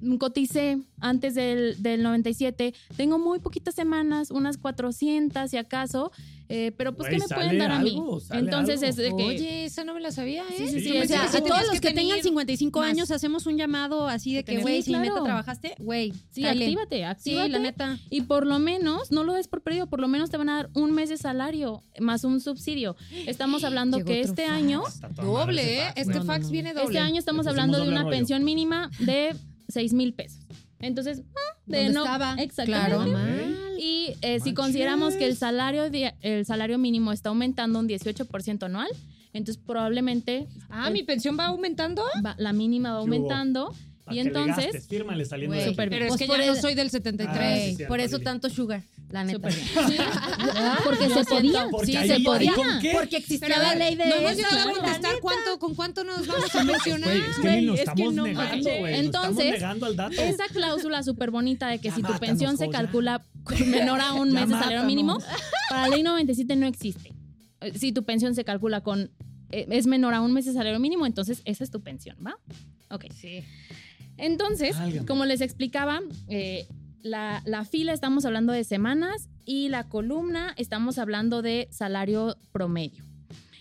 S5: mm, coticé antes del, del 97, tengo muy poquitas semanas, unas 400 si acaso, eh, pero pues, ¿qué
S2: Güey,
S5: me
S2: sale
S5: pueden dar a mí?
S2: algo, sale
S5: Entonces
S2: algo.
S5: es de que...
S4: Oye, esa no me la sabía, ¿eh?
S5: Sí, sí, sí,
S2: Sí,
S3: O
S2: es
S3: sea,
S2: que
S3: a
S2: sí
S3: todos los que tengan 55
S4: más.
S3: años hacemos un llamado así de que,
S5: tener-
S3: güey,
S5: Sí,
S3: si neta
S5: claro.
S3: trabajaste, güey,
S5: sí,
S3: dale.
S5: actívate,
S3: Sí,
S5: actívate.
S3: la neta.
S5: Y por lo menos, no lo des por perdido, por lo menos te van a dar un mes de salario más un subsidio.
S3: *gasps*
S5: Estamos hablando
S4: Llegó
S5: que
S4: otro
S5: este
S4: fax.
S5: año,
S2: Está toda madre ese
S4: Doble, ¿eh?
S2: pack,
S4: Este
S2: güey.
S4: fax
S3: no, no.
S4: viene doble.
S5: este año estamos
S2: Le pusimos
S5: hablando de
S2: doble
S5: una
S2: rollo.
S5: pensión mínima de 6 mil pesos. Entonces, ah, de
S3: ¿Dónde
S5: no.
S3: estaba?
S5: Exactamente.
S3: Claro.
S2: Mal.
S5: Y eh, si
S2: Manches.
S5: consideramos que el salario, di- el salario mínimo está aumentando un 18% anual, entonces probablemente
S4: Ah, mi pensión va aumentando.
S5: va- la mínima va
S2: Ah. ¿Qué hubo?
S5: aumentando.
S2: Pa'
S5: y
S2: que le
S5: entonces-
S2: gastes, Fírmale saliendo
S3: Güey,
S2: de aquí.
S5: súper bien.
S4: Pero es
S3: Pues
S4: que
S3: por
S4: ya no
S3: el-
S4: soy del 73.
S2: Ah, sí,
S3: Güey,
S2: cierto,
S3: por eso
S2: Lili.
S3: tanto sugar, la neta.
S5: Súper bien.
S2: *laughs*
S5: Sí, porque se podía.
S2: Porque
S5: Sí,
S2: ahí
S5: se
S2: hay-
S5: podía.
S2: ¿con qué?
S3: Porque existía
S4: Pero a
S3: la
S4: ver,
S3: ley de
S4: No hemos
S3: eso,
S4: llegado a
S3: claro.
S4: contestar cuánto, con cuánto nos vamos
S2: *laughs*
S4: a
S2: Güey,
S4: pensionar.
S2: es que ni lo
S5: Güey, es que
S2: estamos
S5: no
S2: negando,
S5: manches.
S2: güey. lo estamos
S5: Entonces,
S2: negando al dato.
S5: Esa cláusula súper bonita de que
S2: Ya
S5: si tu
S2: mátanos,
S5: pensión se
S2: Joya.
S5: calcula con menor a un
S2: Ya
S5: mes de salario
S2: mátanos.
S5: mínimo, para la ley 97 no existe. Eh, Si tu pensión se calcula con eh, es menor a un mes de salario mínimo, entonces esa es tu pensión, ¿va? Ok.
S4: Sí.
S5: Entonces,
S2: Válgame.
S5: como les explicaba, eh, la, la fila estamos hablando de semanas y la columna estamos hablando de salario promedio.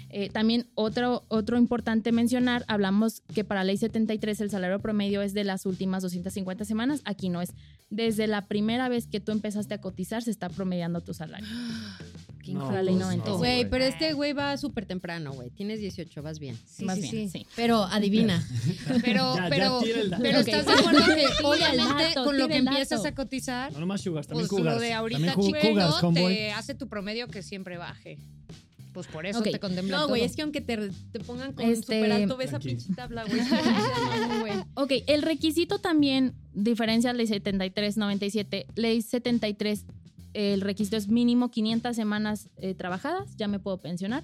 S5: Eh, también otro, otro importante mencionar, hablamos que para ley 73 el salario promedio es de las últimas 250 semanas, aquí no es. Desde la primera vez que tú empezaste a cotizar se está promediando tu salario.
S2: No,
S5: la ley
S2: pues
S5: 90.
S2: no,
S3: Güey, pero este güey va súper temprano, güey. Tienes 18, vas bien.
S4: Sí,
S5: Más
S4: sí,
S5: bien,
S4: sí.
S5: sí.
S3: Pero adivina.
S4: Pero,
S2: *laughs* Ya, ya
S4: pero,
S2: tira el dato.
S4: pero
S5: Ok.
S4: estás de acuerdo *laughs* que
S5: Tira el
S4: obviamente
S5: dato,
S4: con lo
S5: tira
S4: que
S5: el dato.
S4: empiezas a cotizar,
S2: No nomás sugars, también
S4: pues
S2: cougars.
S4: lo de
S2: también
S4: ahorita
S2: ju- cougars,
S4: chiquito
S2: homeboy.
S4: te hace tu promedio que siempre baje. Pues por eso
S5: Ok.
S4: te contemplan
S3: No, güey,
S4: todo.
S3: es que aunque te, te pongan con
S5: Este,
S3: súper alto, ves
S2: Tranquilo.
S3: a pinche tabla, güey.
S4: *laughs*
S3: No, güey.
S5: Ok, el requisito también diferencia ley 73, 97. Ley 73, el requisito es mínimo 500 semanas eh, trabajadas, ya me puedo pensionar.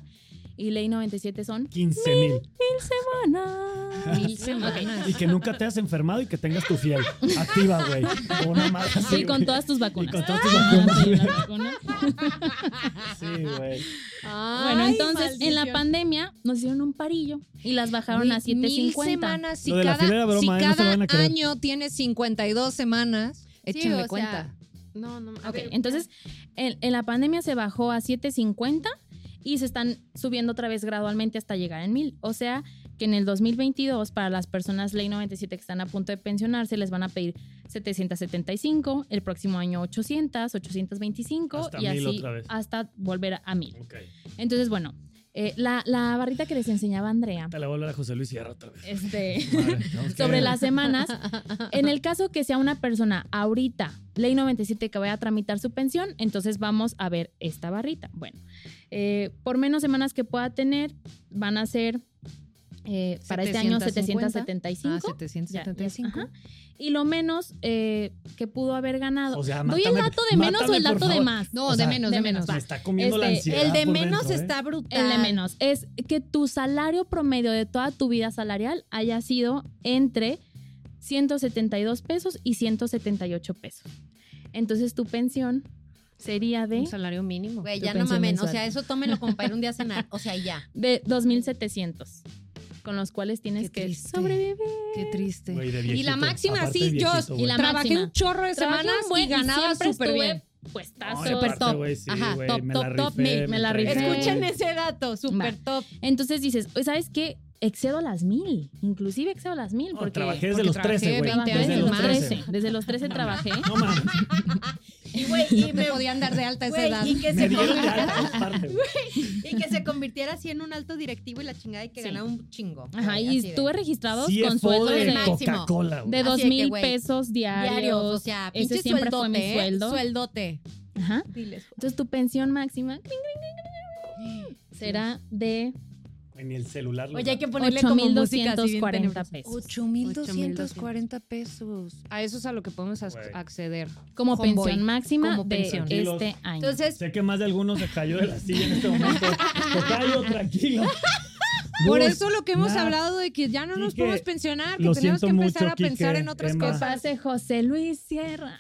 S5: y ley 97 son
S2: 15 mil. *laughs*
S5: semanas.
S4: Mil semanas.
S2: Y que nunca te has enfermado y que tengas tu fiel. Activa, güey. O una madre así,
S5: Sí, con
S2: güey.
S5: todas tus vacunas.
S2: con todas tus
S5: Ah,
S2: vacunas.
S5: sí, las vacunas.
S2: Sí, güey.
S5: Bueno, entonces en la pandemia nos hicieron un parillo y las bajaron a
S4: Mil- mil
S5: 7.50.
S4: semanas. Si
S2: Lo de la
S4: cada,
S2: fila era broma, ¿eh?
S4: si
S2: No se lo
S4: cada
S2: van a creer.
S4: año tienes 52 semanas, échenle
S3: o sea,
S4: cuenta. Ah,
S3: No, no. a
S5: Ok,
S3: ver.
S5: entonces en, en la pandemia se bajó a 750 y se están subiendo otra vez gradualmente hasta llegar en 1000. O sea que en el 2022 para las personas ley 97 que están a punto de pensionarse les van a pedir 775, el próximo año 800, 825
S2: Hasta
S5: y
S2: 1000
S5: así
S2: otra vez.
S5: hasta volver a 1000.
S2: Ok.
S5: Entonces, bueno, eh, la, la barrita que les enseñaba Andrea
S2: Te la voy a hablar a José Luis Sierra otra
S5: *laughs*
S2: vez.
S5: este,
S2: Madre, tenemos que-
S5: sobre
S4: *laughs*
S5: las semanas, en el caso que sea una persona ahorita, ley 97, que vaya a tramitar su pensión, entonces vamos a ver esta barrita. Bueno, eh, por menos semanas que pueda tener, van a ser eh, para este año
S4: 750.
S5: 775.
S4: Ah,
S5: Ya, ya,
S4: 775.
S5: ajá. Y lo menos eh, que pudo haber ganado.
S2: O sea,
S5: ¿Doy el
S2: mátame-
S5: dato de menos o
S2: mátame,
S5: el
S2: por
S5: dato de
S2: favor.
S5: más?
S4: No,
S2: O
S4: de
S2: sea,
S4: menos, de
S5: de
S4: menos.
S5: menos,
S2: Me está comiendo la
S5: Este,
S2: ansiedad.
S4: El de
S2: por
S4: menos
S2: dentro, ¿eh?
S4: está brutal.
S5: El de menos. Es que tu salario promedio de toda tu vida salarial haya sido entre 172 pesos y 178 pesos. Entonces tu pensión sería de,
S4: Un salario mínimo.
S3: Güey,
S5: tu
S3: ya no
S5: pensión
S3: mamen. O
S5: mensual.
S3: sea, eso tómenlo como para ir un día a cenar. O sea,
S5: *laughs*
S3: ya.
S5: de 2.700, con los cuales tienes
S4: Qué
S5: que
S4: triste.
S5: sobrevivir.
S4: Qué triste.
S2: Güey, de
S4: y
S2: viejito.
S4: la máxima,
S2: Aparte de
S4: sí, yo
S2: viejito, güey.
S5: y la
S4: trabajé
S5: máxima.
S4: un chorro de
S5: Trabajé
S4: semanas
S5: un buen
S4: y ganaba
S5: siempre
S4: súper
S5: estuve
S4: bien.
S5: puestazo.
S2: Ay,
S4: Súper
S2: aparte,
S4: top.
S2: güey, sí,
S4: Ajá,
S2: güey,
S4: top,
S2: me
S4: top,
S2: la
S4: top,
S2: rifé,
S4: mil.
S5: me la
S2: tragué.
S5: rifé.
S4: Escuchen ese dato, súper
S5: Va.
S4: top.
S5: Entonces dices, "Oye, ¿sabes qué? Excedo las mil, inclusive excedo las mil.
S2: No,
S5: porque
S2: Oh, trabajé desde
S4: porque
S2: los
S4: trabajé
S2: 13, güey.
S4: 20
S2: Desde
S5: desde
S4: años
S2: los
S5: los
S4: más.
S2: 13.
S5: 13, desde los 13 trabajé.
S2: No mames.
S3: Y, güey,
S4: Y me podían dar de alta a esa edad.
S3: y que
S2: Me
S3: se
S2: dieron de
S3: convirtiera-
S2: alta, aparte, güey.
S3: y que se convirtiera así en un alto directivo y la chingada y que
S5: Sí.
S3: ganaba un chingo.
S5: Ajá,
S3: Así
S5: y
S3: de-
S5: estuve registrados con
S2: CFO
S5: sueldos
S2: de
S5: de,
S3: máximo.
S2: Coca-Cola, güey.
S5: de
S3: Así
S5: dos
S3: de que,
S5: mil
S3: güey,
S5: pesos diarios.
S3: diarios, o sea,
S5: ese
S3: pinche
S5: siempre fue mi
S3: sueldote, ¿eh?
S5: sueldo.
S3: Sueldote.
S5: Ajá.
S3: Diles.
S5: Entonces tu pensión máxima cling, cling, cling, cling, será de
S2: Güey, Ni el celular. lo
S3: Oye, hay que ponerle como música así bien
S5: 8.240
S3: tenebrosa.
S5: pesos.
S4: 8,240 pesos. A eso es a lo que podemos ac-
S2: Güey.
S4: acceder.
S5: Como
S4: Homeboy.
S5: pensión máxima
S4: Como
S5: de
S4: pensión.
S5: este año.
S3: Entonces,
S2: Sé que más de algunos se cayó de la silla en este momento. Tocayo, tranquilo.
S4: Por
S2: Dude,
S4: eso lo que hemos
S2: nada.
S4: hablado de que ya no nos
S2: Quique,
S4: podemos pensionar, que
S2: lo
S4: tenemos que
S2: siento
S4: empezar
S2: mucho,
S4: a pensar
S2: Quique,
S4: en otras
S2: Emma. *laughs*
S4: cosas.
S5: Pase José Luis Sierra.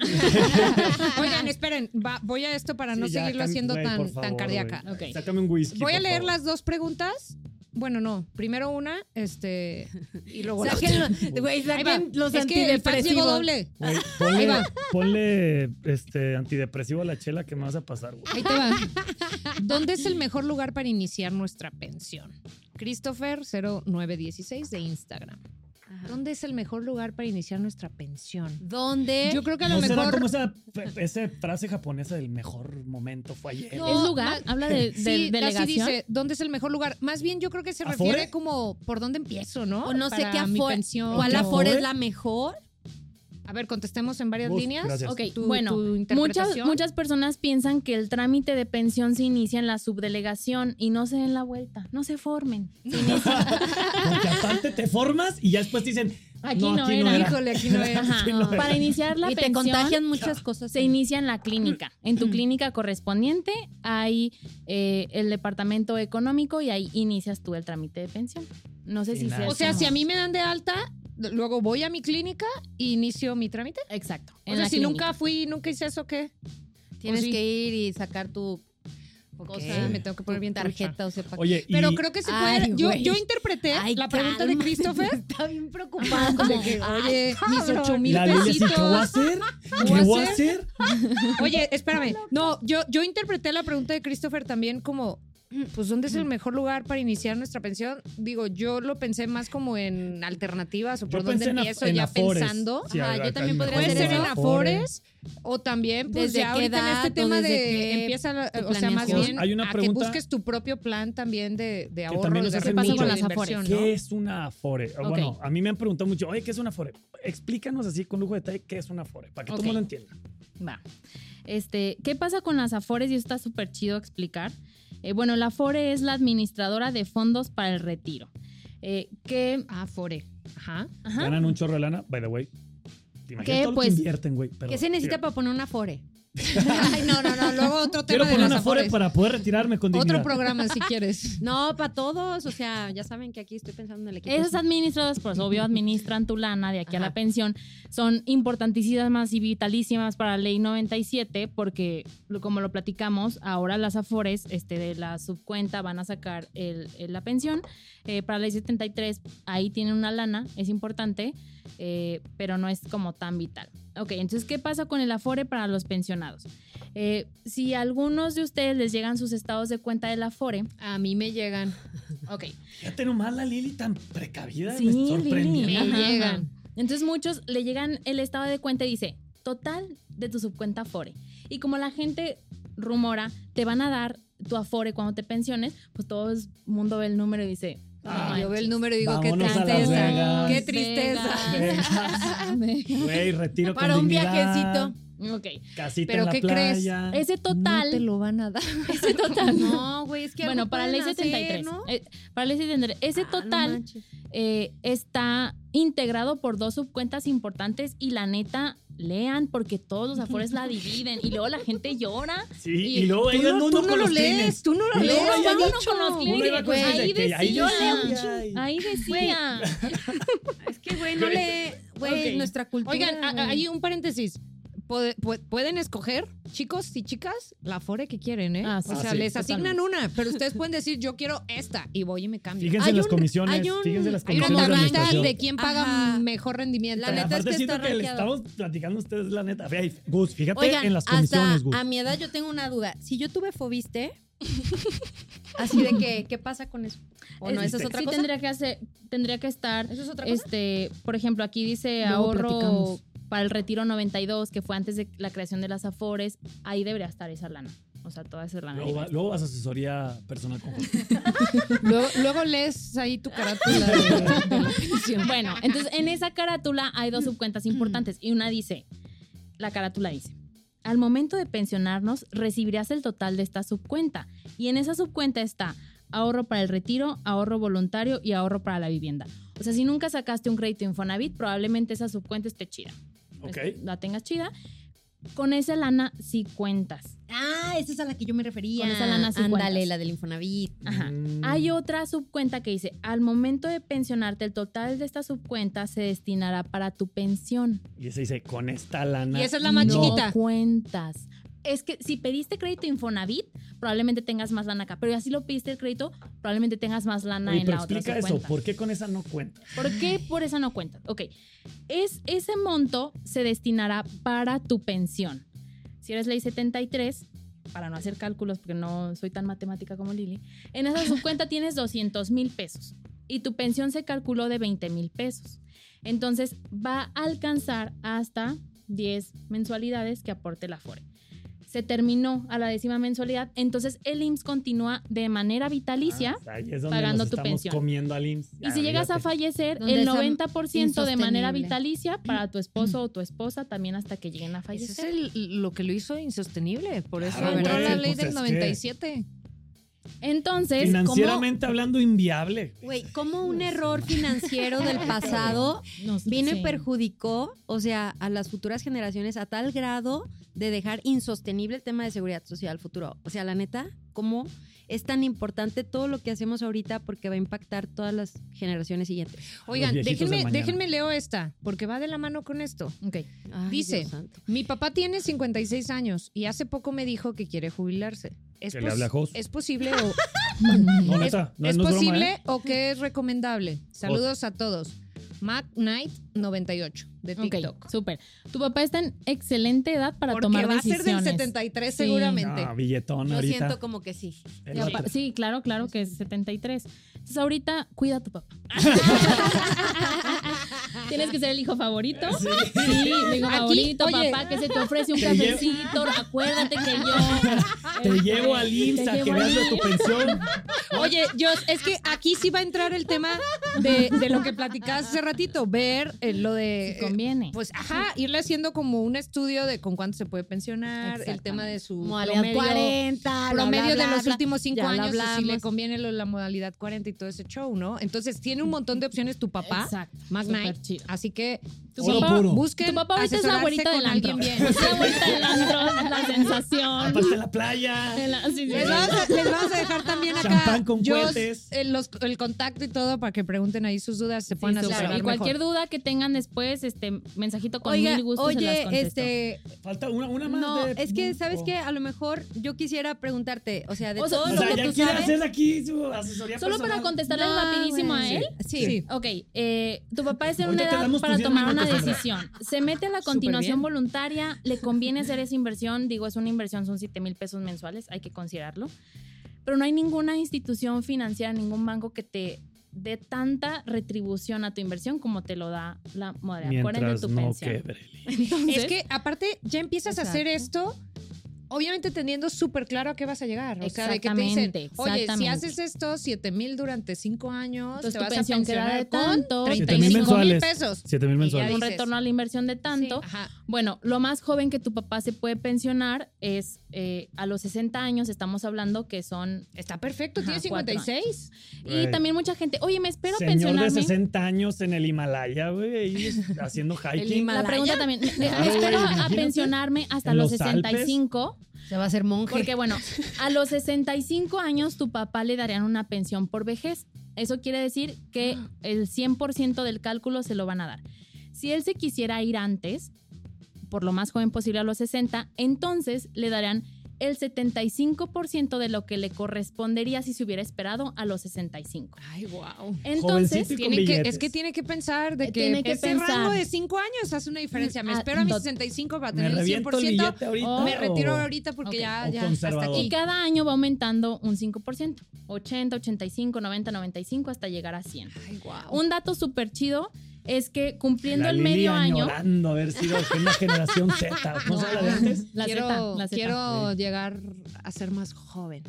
S4: Oigan, esperen, va- voy a esto para no
S2: Sí, ya,
S4: seguirlo
S2: cam-
S4: haciendo
S2: güey,
S4: tan,
S2: por
S4: tan
S2: favor,
S4: cardíaca.
S2: güey.
S5: Ok.
S2: Sácame un whisky.
S4: Voy a
S2: por
S4: leer
S2: favor.
S4: las dos preguntas. Bueno, no. Primero una, este. Y
S3: *laughs*
S4: luego la otra.
S3: sáquenlo, güey,
S4: Ahí va.
S3: saquen los
S4: es que el fax llegó
S3: antidepresivos.
S4: doble.
S2: Güey,
S4: Ahí
S2: ponle,
S4: va.
S2: ponle, este antidepresivo a la chela que me vas a pasar, güey.
S4: Ahí te va. ¿Dónde es el mejor lugar para iniciar nuestra pensión? Christopher0916 de Instagram. ¿Dónde es el mejor lugar para iniciar nuestra pensión?
S3: ¿Dónde?
S4: Yo creo que a lo
S2: No será
S4: mejor.
S2: como esa, esa frase japonesa del mejor momento fue ayer.
S4: No,
S5: es lugar, habla de, de
S4: Sí, así
S5: delegación.
S4: dice, ¿dónde es el mejor lugar? Más bien yo creo que se
S2: ¿Afore?
S4: refiere como por dónde empiezo, ¿no?
S3: O no sé
S4: Para
S3: qué
S4: mi
S3: afore-
S4: pensión.
S3: ¿Cuál
S2: Por
S3: Afore
S2: favor.
S3: es la mejor?
S4: A ver, contestemos en varias
S2: Uf,
S4: líneas.
S2: gracias.
S5: Ok,
S4: Tu-
S5: bueno,
S4: tu
S5: muchas,
S4: interpretación.
S5: muchas personas piensan que el trámite de pensión se inicia en la subdelegación y no se den la vuelta, no se formen.
S2: Porque aparte te formas y ya después te dicen,
S5: Aquí
S2: no,
S5: no
S2: aquí no
S5: era.
S2: era.
S4: Híjole, aquí no es.
S5: Ajá.
S2: Sí, no.
S5: Para iniciar la
S3: y te
S5: pensión
S3: contagian muchas cosas.
S5: se inicia en la clínica. En tu clínica correspondiente hay eh, el departamento económico y ahí inicias tú el trámite de pensión. No sé
S2: Sí,
S5: si
S2: nada.
S5: sea
S4: O sea,
S5: así.
S4: si a mí me dan de alta, luego voy a mi clínica y inicio mi trámite.
S5: Exacto.
S4: O
S5: en
S4: sea,
S5: la
S4: si
S5: clínica.
S4: nunca fui, nunca hice eso, ¿qué?
S3: Tienes
S4: o sí.
S3: que ir y sacar tu
S4: O
S3: cosa,
S4: sea, me tengo que
S3: tu
S4: poner bien tarjeta.
S3: tarjeta o sepa.
S2: Oye, y-
S4: Pero creo que se puede.
S3: Ay,
S4: yo,
S3: güey.
S4: yo interpreté
S3: Ay,
S4: la pregunta de
S3: calma.
S4: Christopher.
S3: *laughs* Está bien preocupado.
S4: de que, oye, mis
S3: cabrón.
S4: ocho mil
S2: la Lili así, ¿qué voy a
S4: pesitos. *laughs*
S2: hacer?
S4: ¿Qué voy
S2: ¿Qué
S4: a
S2: voy a hacer?
S4: Oye, espérame. No, yo, yo interpreté la pregunta de Christopher también como. Pues, ¿dónde es el mejor lugar para iniciar nuestra pensión? Digo, yo lo pensé más como en alternativas o por dónde
S2: en af-
S4: empiezo
S2: en
S4: ya
S2: Afores.
S4: pensando.
S2: Sí,
S3: Ajá, yo
S2: acá
S3: también
S2: en
S3: podría
S4: Puede
S2: Afores.
S3: hacer
S4: ser en
S3: eso.
S4: Afores o también, pues
S3: ¿Desde
S4: ya
S3: qué
S4: ahorita en
S3: edad
S4: este
S3: o
S4: tema de
S3: desde qué
S4: empieza, la-
S3: tu
S4: o sea, más
S3: planeación?
S4: bien
S2: Pues, Hay una
S4: a
S2: pregunta-
S4: que busques tu propio plan también de, de ahorro,
S2: también
S4: de
S2: nos hacen
S4: retiro,
S5: mucho.
S4: de
S5: ¿Qué pasa con las
S4: inversión,
S2: ¿Qué
S4: ¿no?
S2: es una Afore? Ah, Bueno, a mí me han preguntado mucho, oye, ¿qué es una Afore? Explícanos así con lujo de detalle qué es una Afore, para que todo
S5: Ok.
S2: el mundo entienda.
S5: Va. Este, ¿qué pasa con las Afores? Y está súper chido explicar. Eh, bueno, la Afore es la administradora de fondos para el retiro. Eh, que,
S4: Afore. Ajá.
S5: ajá,
S2: Ganan un chorro de lana, by the way. ¿Te imaginas
S5: ¿Qué,
S2: todo lo
S5: pues?
S2: que invierten, güey? Perdón,
S3: ¿Qué se necesita
S2: sigue.
S3: para poner una fore?
S4: *laughs* Ay, no, no, no. Luego otro
S2: Quiero
S4: tema de
S2: poner
S4: los
S2: una afore
S4: afores.
S2: para poder retirarme con dignidad.
S4: Otro programa si quieres.
S3: No, para todos. O sea, ya saben que aquí estoy pensando en el equipo.
S5: Esos administradores, pues obvio, administran tu lana de aquí a
S3: Ajá.
S5: la pensión. Son importantísimas y vitalísimas para la ley 97 porque, lo- como lo platicamos, ahora las afores este, de la subcuenta van a sacar el- el- la pensión. Eh, para la ley 73, ahí tienen una lana, es importante, eh, pero no es como tan vital. Ok, entonces, ¿qué pasa con el afore para los pensionados? Eh, si a algunos de ustedes les llegan sus estados de cuenta del afore,
S4: A mí me *laughs* llegan.
S5: ok,
S2: Fíjate nomás la Lili tan precavida.
S5: Sí,
S2: me
S5: Lili.
S2: sorprendió.
S4: Me
S5: Ajá,
S4: llegan.
S5: Entonces muchos le llegan el estado de cuenta y dice, total de tu subcuenta Afore. Y como la gente rumora, te van a dar tu Afore cuando te pensiones, pues todo el mundo ve el número y dice, no
S2: Ah,
S4: Yo
S5: manches.
S4: veo el número y digo, qué
S2: Vámonos a Las
S4: tristeza.
S2: Vegas.
S4: Qué tristeza.
S5: *laughs*
S2: Güey, retiro
S4: Para
S2: con
S4: un
S2: dignidad,
S4: viajecito.
S5: ok,
S2: Casita
S4: ¿Pero
S2: en la
S4: qué crees?
S2: playa.
S5: ese
S4: No te
S5: total,
S4: lo van a dar.
S5: ese total.
S4: No, güey, es que
S5: Bueno, para la ley 73, eh, para la ley 73,
S3: Ah,
S5: ese total eh, está integrado por dos subcuentas importantes y la neta, lean porque todos los afores la dividen y luego la gente llora.
S2: Mm, Sí, y, luego ellos no,
S4: tú
S2: uno
S4: no
S2: con
S4: lo
S2: los
S4: lees,
S2: clines.
S4: tú no lo
S2: Y luego
S4: lees.
S2: ya
S4: te han
S2: no
S4: dicho.
S5: con los
S2: Uno iba con
S4: Güey,
S2: esas de
S5: ahí
S2: que ahí
S5: decía.
S2: decía, y-
S5: Ahí decía.
S3: Es que, güey, no le. Güey,
S5: Ok.
S3: nuestra cultura.
S4: Oigan, a- a-
S3: güey.
S4: hay un paréntesis. Puede- pu- pueden escoger, chicos y chicas, la fore que quieren, ¿eh?
S5: Ah, sí.
S4: o
S2: Ah,
S4: sea,
S2: sí,
S4: les asignan
S5: totalmente.
S4: una, pero ustedes pueden decir, yo quiero esta, y voy y me cambio. Ah,
S2: Fíjense
S3: Hay
S2: en las
S3: un-
S2: comisiones.
S3: hay un-
S2: fíjense en las
S4: Hay una
S2: comisiones. de
S4: tabla
S2: administración.
S4: de quién paga
S3: Ajá.
S4: mejor rendimiento.
S3: La neta es
S2: Aparte
S3: que
S2: siento
S3: está
S2: que le
S3: rankeado.
S2: estamos platicando a ustedes la neta. Ve, Gus, fíjate
S3: Oigan,
S2: en las
S3: hasta
S2: comisiones, Gus.
S3: a mi edad yo tengo una duda. Si yo tuve fobiste, así de que, ¿qué pasa con eso? ¿O no? ¿Esa es otra
S5: sí,
S3: cosa?
S5: tendría que hacer, tendría que estar,
S3: ¿Eso es otra cosa?
S5: este, por ejemplo, aquí dice
S4: Luego
S5: ahorro
S4: platicamos.
S5: para el retiro 92, que fue antes de la creación de las Afores, ahí debería estar esa lana. O sea, toda esa lana.
S2: Luego, va- luego vas a asesoría personal con Gus.
S4: Luego, luego lees ahí tu carátula de, *laughs* de la pensión.
S5: Bueno, entonces en esa carátula hay dos subcuentas importantes y una dice, la carátula dice, al momento de pensionarnos recibirás el total de esta subcuenta y en esa subcuenta está ahorro para el retiro, ahorro voluntario y ahorro para la vivienda. O sea, si nunca sacaste un crédito Infonavit, probablemente esa subcuenta esté chida.
S2: Ok.
S5: Es- La tengas chida. Con esa lana sí cuentas.
S3: Ah, esa es a la que yo me refería.
S5: Con esa lana sí
S3: Ándale,
S5: cuentas.
S3: la del Infonavit.
S5: Ajá.
S2: Mm.
S5: Hay otra subcuenta que dice, al momento de pensionarte, el total de esta subcuenta se destinará para tu pensión.
S2: Mm, Y ese dice, con esta lana.
S4: Y esa es la más
S5: no
S4: chiquita.
S5: cuentas. Es que si pediste crédito Infonavit, probablemente tengas más lana acá. Pero así lo pediste el crédito, probablemente tengas más lana
S2: Oye,
S5: en
S2: pero
S5: la otra.
S2: explica eso,
S5: subcuenta.
S2: ¿por qué con esa no cuenta?
S5: ¿Por qué por esa no cuentas? Ok. Es, ese monto se destinará para tu pensión. Si eres ley 73, para no hacer cálculos porque no soy tan matemática como Lili, en esa subcuenta tienes 200 mil pesos y tu pensión se calculó de 20 mil pesos. Entonces va a alcanzar hasta 10 mensualidades que aporte la FORE. Se terminó a la décima mensualidad, entonces el IMSS continúa de manera vitalicia.
S2: Ah, ahí es donde
S5: pagando
S2: nos
S5: tu
S2: estamos
S5: pensión.
S2: comiendo al Ah, IMSS.
S5: Y si llegas a fallecer,
S4: Donde
S5: el
S4: sea
S5: 90% de manera
S4: insostenible.
S5: vitalicia para tu esposo o tu esposa también hasta que lleguen a
S4: Eso pues, es
S5: fallecer.
S4: el- lo que lo hizo insostenible. Por eso
S2: Claro,
S4: entró
S5: güey,
S4: la ley
S2: pues
S4: del
S2: es que-
S4: 97.
S5: Entonces, como
S2: Financieramente hablando, inviable.
S3: Güey, ¿cómo un error financiero del pasado
S5: nos-
S3: vino
S5: sí.
S3: y perjudicó, o sea, a las futuras generaciones a tal grado de dejar insostenible el tema de seguridad social futuro. O sea, la neta, ¿cómo es tan importante todo lo que hacemos ahorita porque va a impactar todas las generaciones siguientes?
S2: viejitos
S4: Oigan,
S2: del
S4: déjenme,
S2: mañana.
S4: déjenme leo esta, porque va de la mano con esto.
S5: Ok.
S3: Ay,
S4: Dice,
S3: Dios santo.
S4: Mi papá tiene 56 años y hace poco me dijo que quiere jubilarse. Es,
S2: Que le
S4: pos-
S2: hable a Jos.
S4: es posible o
S2: *laughs* No,
S4: es,
S2: neta, no, no es
S4: es
S2: broma,
S4: posible
S2: ¿eh?
S4: o que es recomendable. Saludos a todos. Mac Knight 98 de
S5: *laughs* Ok,
S4: TikTok.
S5: súper. Tu papá está en excelente edad para
S4: Porque
S5: tomar
S4: va
S5: decisiones.
S4: a ser del 73
S5: Sí.
S4: seguramente.
S2: Ah, billetón
S3: Yo
S2: ahorita.
S3: siento como que sí.
S2: El
S5: Ya
S2: otro.
S5: pa- Sí, claro, claro que es 73. Entonces ahorita cuida a tu
S4: *laughs*
S5: papá. Tienes que ser el hijo favorito. Sí, el hijo
S4: Aquí,
S5: favorito,
S4: oye.
S5: papá, que se te ofrece un
S2: Te llevo-
S5: cafecito. Acuérdate que yo.
S2: Te
S5: este,
S2: llevo al
S5: te
S2: IMSS a que
S5: llevo
S2: veas
S5: al
S2: de tu
S5: IMSS. *laughs*
S2: pensión.
S4: Oye, Dios, es que aquí sí va a entrar el tema de, de lo que platicabas hace ratito, ver eh, lo de...
S5: Si
S4: eh,
S5: conviene.
S4: pues, ajá, irle haciendo como un estudio de con cuánto se puede pensionar, el tema de su promedio,
S3: 40,
S4: promedio de los últimos cinco
S3: ya lo
S4: años, y si le
S3: hablamos.
S4: conviene lo- la modalidad 40 y todo ese show, ¿no? Entonces, tiene un montón de opciones tu papá,
S5: Exacto.
S4: más
S5: Súper
S4: Nike,
S5: chido.
S4: así que
S5: Tu
S4: sí,
S2: papá-
S4: busquen
S5: Tu papá ahorita es la
S4: asesorarse
S5: abuelita
S4: con
S5: del antro. Pues,
S4: alguien bien.
S5: Es la abuelita del antro, *laughs* es la sensación.
S2: Aparte en Ah, pues, la playa.
S5: En la- sí, sí,
S4: Les
S5: sí.
S4: vamos, a, les vamos a dejar también acá
S2: Champán con
S4: yo,
S2: cohetes.
S4: el, los- el contacto y todo para que pregunten ahí sus dudas, se puedan
S5: Sí, súper.
S4: asesorar
S5: Y
S4: mejor.
S5: cualquier duda que tengan después, este mensajito con
S3: Oiga,
S5: mil gustos se las
S3: oye,
S5: contesto.
S3: este,
S2: Falta una, una más.
S3: no,
S2: de-
S3: es que sabes
S2: o-
S3: que a lo mejor yo quisiera preguntarte, o sea, de
S5: O sea,
S3: todo
S2: O
S3: lo
S2: sea,
S3: que
S2: ya
S3: tú
S2: quiere
S3: sabes.
S2: hacer aquí su asesoría
S5: Solo para
S2: personal.
S5: contestarle
S3: No,
S5: rapidísimo
S3: güey.
S5: a él.
S4: Sí.
S2: Sí.
S5: Ok, eh, tu papá es en
S2: Ahorita
S5: una
S2: te
S5: edad
S2: damos tus
S5: para
S2: 10
S5: tomar una
S2: minutos, Andrea.
S5: decisión. Se mete a la
S4: Súper
S5: continuación
S4: bien.
S5: voluntaria, le conviene hacer esa inversión, digo, es una inversión, son 7 mil pesos mensuales, hay que considerarlo. Pero no hay ninguna institución financiera, ningún banco que te dé tanta retribución a tu inversión como te lo da la modalidad 40 de
S2: Mientras
S5: tu
S2: no
S5: pensión.
S2: quebre.
S5: *laughs* Entonces,
S4: Es que aparte ya empiezas a hacer esto, obviamente teniendo súper claro a qué vas a llegar. O sea, de que te dicen,
S5: Exactamente,
S4: oye, si
S5: exactamente.
S4: haces esto, 7 mil durante 5 años,
S5: Entonces,
S4: te
S5: pues,
S4: vas
S5: tu
S4: a
S5: pensión queda
S4: pensionar
S5: de
S4: con
S5: tanto,
S4: 35 mil
S2: mensuales.
S4: pesos.
S2: 7 mil mensuales.
S5: un
S4: dices.
S5: retorno a la inversión de tanto.
S4: Sí, ajá.
S5: Bueno, lo más joven que tu papá se puede pensionar es eh, a los 60 años, estamos hablando que son...
S4: Está perfecto,
S5: Ajá,
S4: tienes
S5: cuatro
S4: 56.
S2: Güey.
S5: Y también mucha gente, oye, me espero
S2: Señor de
S5: pensionarme.
S2: 60 años en el Himalaya, güey, ahí
S5: *laughs*
S2: haciendo hiking.
S3: Hima-
S5: La pregunta también, me, me
S2: Claro,
S5: espero
S2: güey,
S5: a
S2: imagínate.
S5: pensionarme hasta
S2: En
S5: los
S2: los Alpes.
S5: 65,
S3: Se va a hacer monje.
S5: porque bueno, a los 65 años tu papá le darían una pensión por vejez. Eso quiere decir que el 100% del cálculo se lo van a dar. Si él se quisiera ir antes, por lo más joven posible a los 60, entonces le darán el 75% de lo que le correspondería si se hubiera esperado a los 65.
S4: Ay, wow.
S5: Entonces,
S2: Jovencito y con
S4: Tiene que,
S2: billetes.
S4: es que tiene que pensar de que,
S5: Tiene que
S4: ese
S5: pensar.
S4: rango de 5 años hace una diferencia. Me
S5: Ah,
S4: espero a mis
S5: tot-
S4: 65 para
S2: Me
S4: tener el
S2: reviento el
S4: 100%.
S2: billete ahorita.
S5: o-
S4: Me
S2: o-
S4: retiro ahorita porque
S5: Ok.
S4: ya,
S2: O
S4: ya hasta
S2: conservador.
S4: aquí.
S5: Y cada año va aumentando un 5%, 80, 85, 90, 95 hasta llegar a 100.
S4: Ay, guau.
S5: Un dato súper chido es que cumpliendo
S2: La
S5: el
S2: Lili
S5: medio año,
S2: añorando haber sido de una generación Z. ¿Cómo se llama la de antes?
S5: la
S4: quiero
S5: Zeta, la Zeta.
S4: quiero llegar a ser más joven.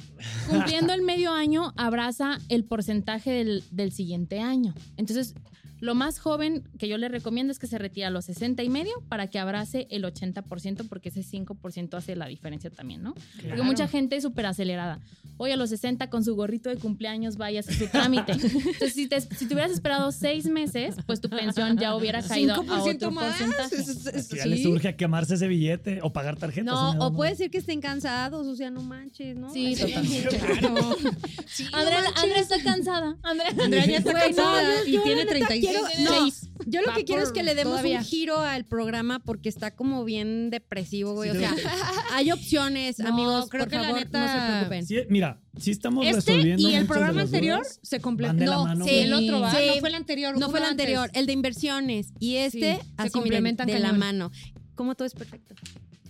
S5: cumpliendo el medio año abraza el porcentaje del, del siguiente año. Entonces, lo más joven que yo le recomiendo es que se retire a los 60 y medio para que abrace el 80% porque ese 5% hace la diferencia también, ¿no? Porque mucha gente es súper acelerada. Hoy a los 60 con su gorrito de cumpleaños vayas a su
S4: *laughs*
S5: trámite. Entonces, si te, si te hubieras esperado seis meses, pues tu pensión ya hubiera caído a
S4: 5%
S5: otro
S4: más.
S5: porcentaje.
S4: Es- es- es-
S2: Si Pues ya le
S4: sí.
S2: surge a quemarse ese billete o pagar tarjetas.
S3: No,
S2: nada
S3: o
S2: más.
S3: puede ser que estén cansados, o sea, no manches, ¿no?
S5: Sí,
S3: *laughs*
S5: totalmente.
S4: Claro. Sí, no
S5: Andrea,
S4: manches.
S5: Andrea está cansada. Andrea,
S4: *laughs* Andrea ya está
S3: Güey, no,
S4: cansada
S3: yo-
S4: y
S3: yo
S4: tiene
S3: la neta
S4: 36.
S3: quiero- no, Yo lo
S4: Va
S3: que quiero es
S4: por
S3: que le demos
S4: todavía.
S3: un giro al programa porque está como bien depresivo, güey.
S2: Sí,
S3: o
S2: de
S3: sea, *laughs* hay opciones,
S4: No,
S3: amigos.
S4: creo
S3: por
S4: que la
S3: favor, no
S4: neta-
S3: se preocupen.
S2: Sí, mira, sí estamos
S4: Este
S2: Pues resolviendo.
S4: y el
S2: muchas de
S4: programa
S2: las
S4: anterior
S2: dudas.
S4: se completó.
S2: Van de la
S4: No,
S2: mano,
S4: sí,
S2: güey.
S4: el otro, ¿va?
S3: Sí.
S4: No fue el anterior.
S3: No
S4: uno
S3: fue el
S4: antes.
S3: anterior, el de inversiones. Y este,
S4: Sí, se
S3: así miren, de
S4: complementan
S3: la
S4: cañón.
S3: mano. Como todo es perfecto.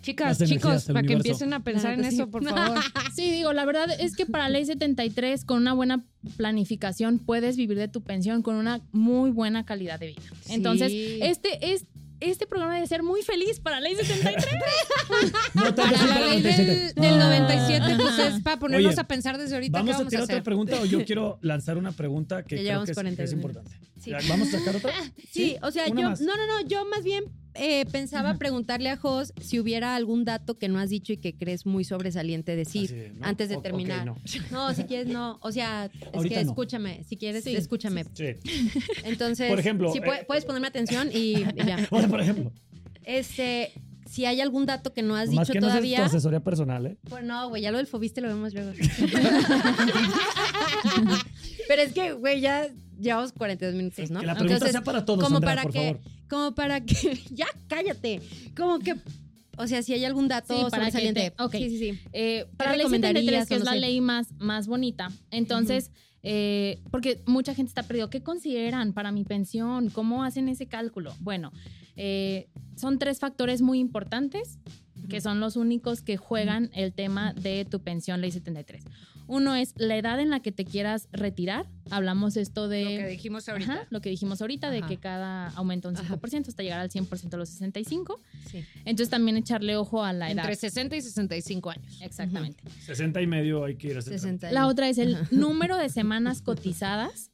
S4: Chicas,
S2: Las energías
S4: chicos,
S2: del
S4: para que
S2: universo.
S4: empiecen a pensar
S3: Claro
S4: en
S3: que
S4: eso,
S3: sí.
S4: por favor.
S5: Sí, digo, la verdad es que para Ley 73, con una buena planificación, puedes vivir de tu pensión con una muy buena calidad de vida. Entonces,
S4: Sí.
S5: este es este programa debe ser muy feliz para Ley 73.
S2: No, tal vez
S4: Para
S2: sí,
S4: la
S2: para
S4: ley
S2: 97.
S4: del, del
S2: Ah.
S4: 97, pues es para ponernos
S2: Oye,
S4: a pensar desde ahorita
S2: Vamos
S4: qué
S2: a
S4: vamos a
S2: tirar otra
S4: hacer.
S2: pregunta o yo quiero lanzar una pregunta que
S3: Ya
S2: creo
S3: llevamos
S2: que es,
S3: 40
S2: que es
S3: minutos.
S2: importante.
S3: Sí.
S2: ¿Vamos a sacar otra?
S3: Sí, o sea, yo.
S2: una más.
S3: No, no, no. Yo más bien eh, pensaba
S5: Ajá.
S3: preguntarle a Jos si hubiera algún dato que no has dicho y que crees muy sobresaliente decir.
S2: Así de, Ah, ¿no?
S3: antes de
S2: O- ok,
S3: terminar.
S2: no.
S3: No, si quieres, no. O sea, es
S2: Ahorita
S3: que
S2: no.
S3: escúchame. Si quieres,
S5: Sí.
S3: escúchame.
S2: Sí.
S3: Entonces,
S2: Por ejemplo,
S3: si
S2: eh,
S3: pue- puedes ponerme atención y y ya.
S2: O sea, por ejemplo,
S3: Este, si hay algún dato que no has
S2: más
S3: dicho
S2: que no
S3: todavía.
S2: es tu asesoría personal, ¿eh?
S3: Pues no, güey, ya lo del fobiste lo vemos luego. *laughs* Pero es que, güey, ya llevamos 42 minutos, ¿no?
S2: Que la pregunta
S3: Entonces,
S2: sea para todos,
S3: como
S2: Andrea,
S3: para
S2: por
S3: que-
S2: favor.
S3: como para que. *laughs* Ya, cállate. Como que. O sea, si hay algún dato
S5: Sí, para que
S3: sobresaliente.
S5: te- ok.
S3: Sí, sí, sí.
S5: Eh, para Ley
S3: recomendarías
S5: 73,
S3: o
S5: que es
S3: no
S5: la
S3: sé?
S5: ley más, más bonita. Entonces, eh, porque mucha gente está perdido. ¿Qué consideran para mi pensión? ¿Cómo hacen ese cálculo? Bueno, eh, son tres factores muy importantes que son los únicos que juegan el tema de tu pensión ley 73. Uno es la edad en la que te quieras retirar. Hablamos esto de...
S4: Lo que dijimos ahorita.
S5: Ajá, lo que dijimos ahorita de
S4: Ajá.
S5: que cada aumenta un
S4: Ajá.
S5: 5% hasta llegar al 100% a los 65.
S4: Sí.
S5: Entonces también echarle ojo a la edad.
S4: Entre 60 y 65 años.
S5: Exactamente.
S2: 60 y medio hay que ir a ese trámite.
S5: La otra es el número de semanas cotizadas.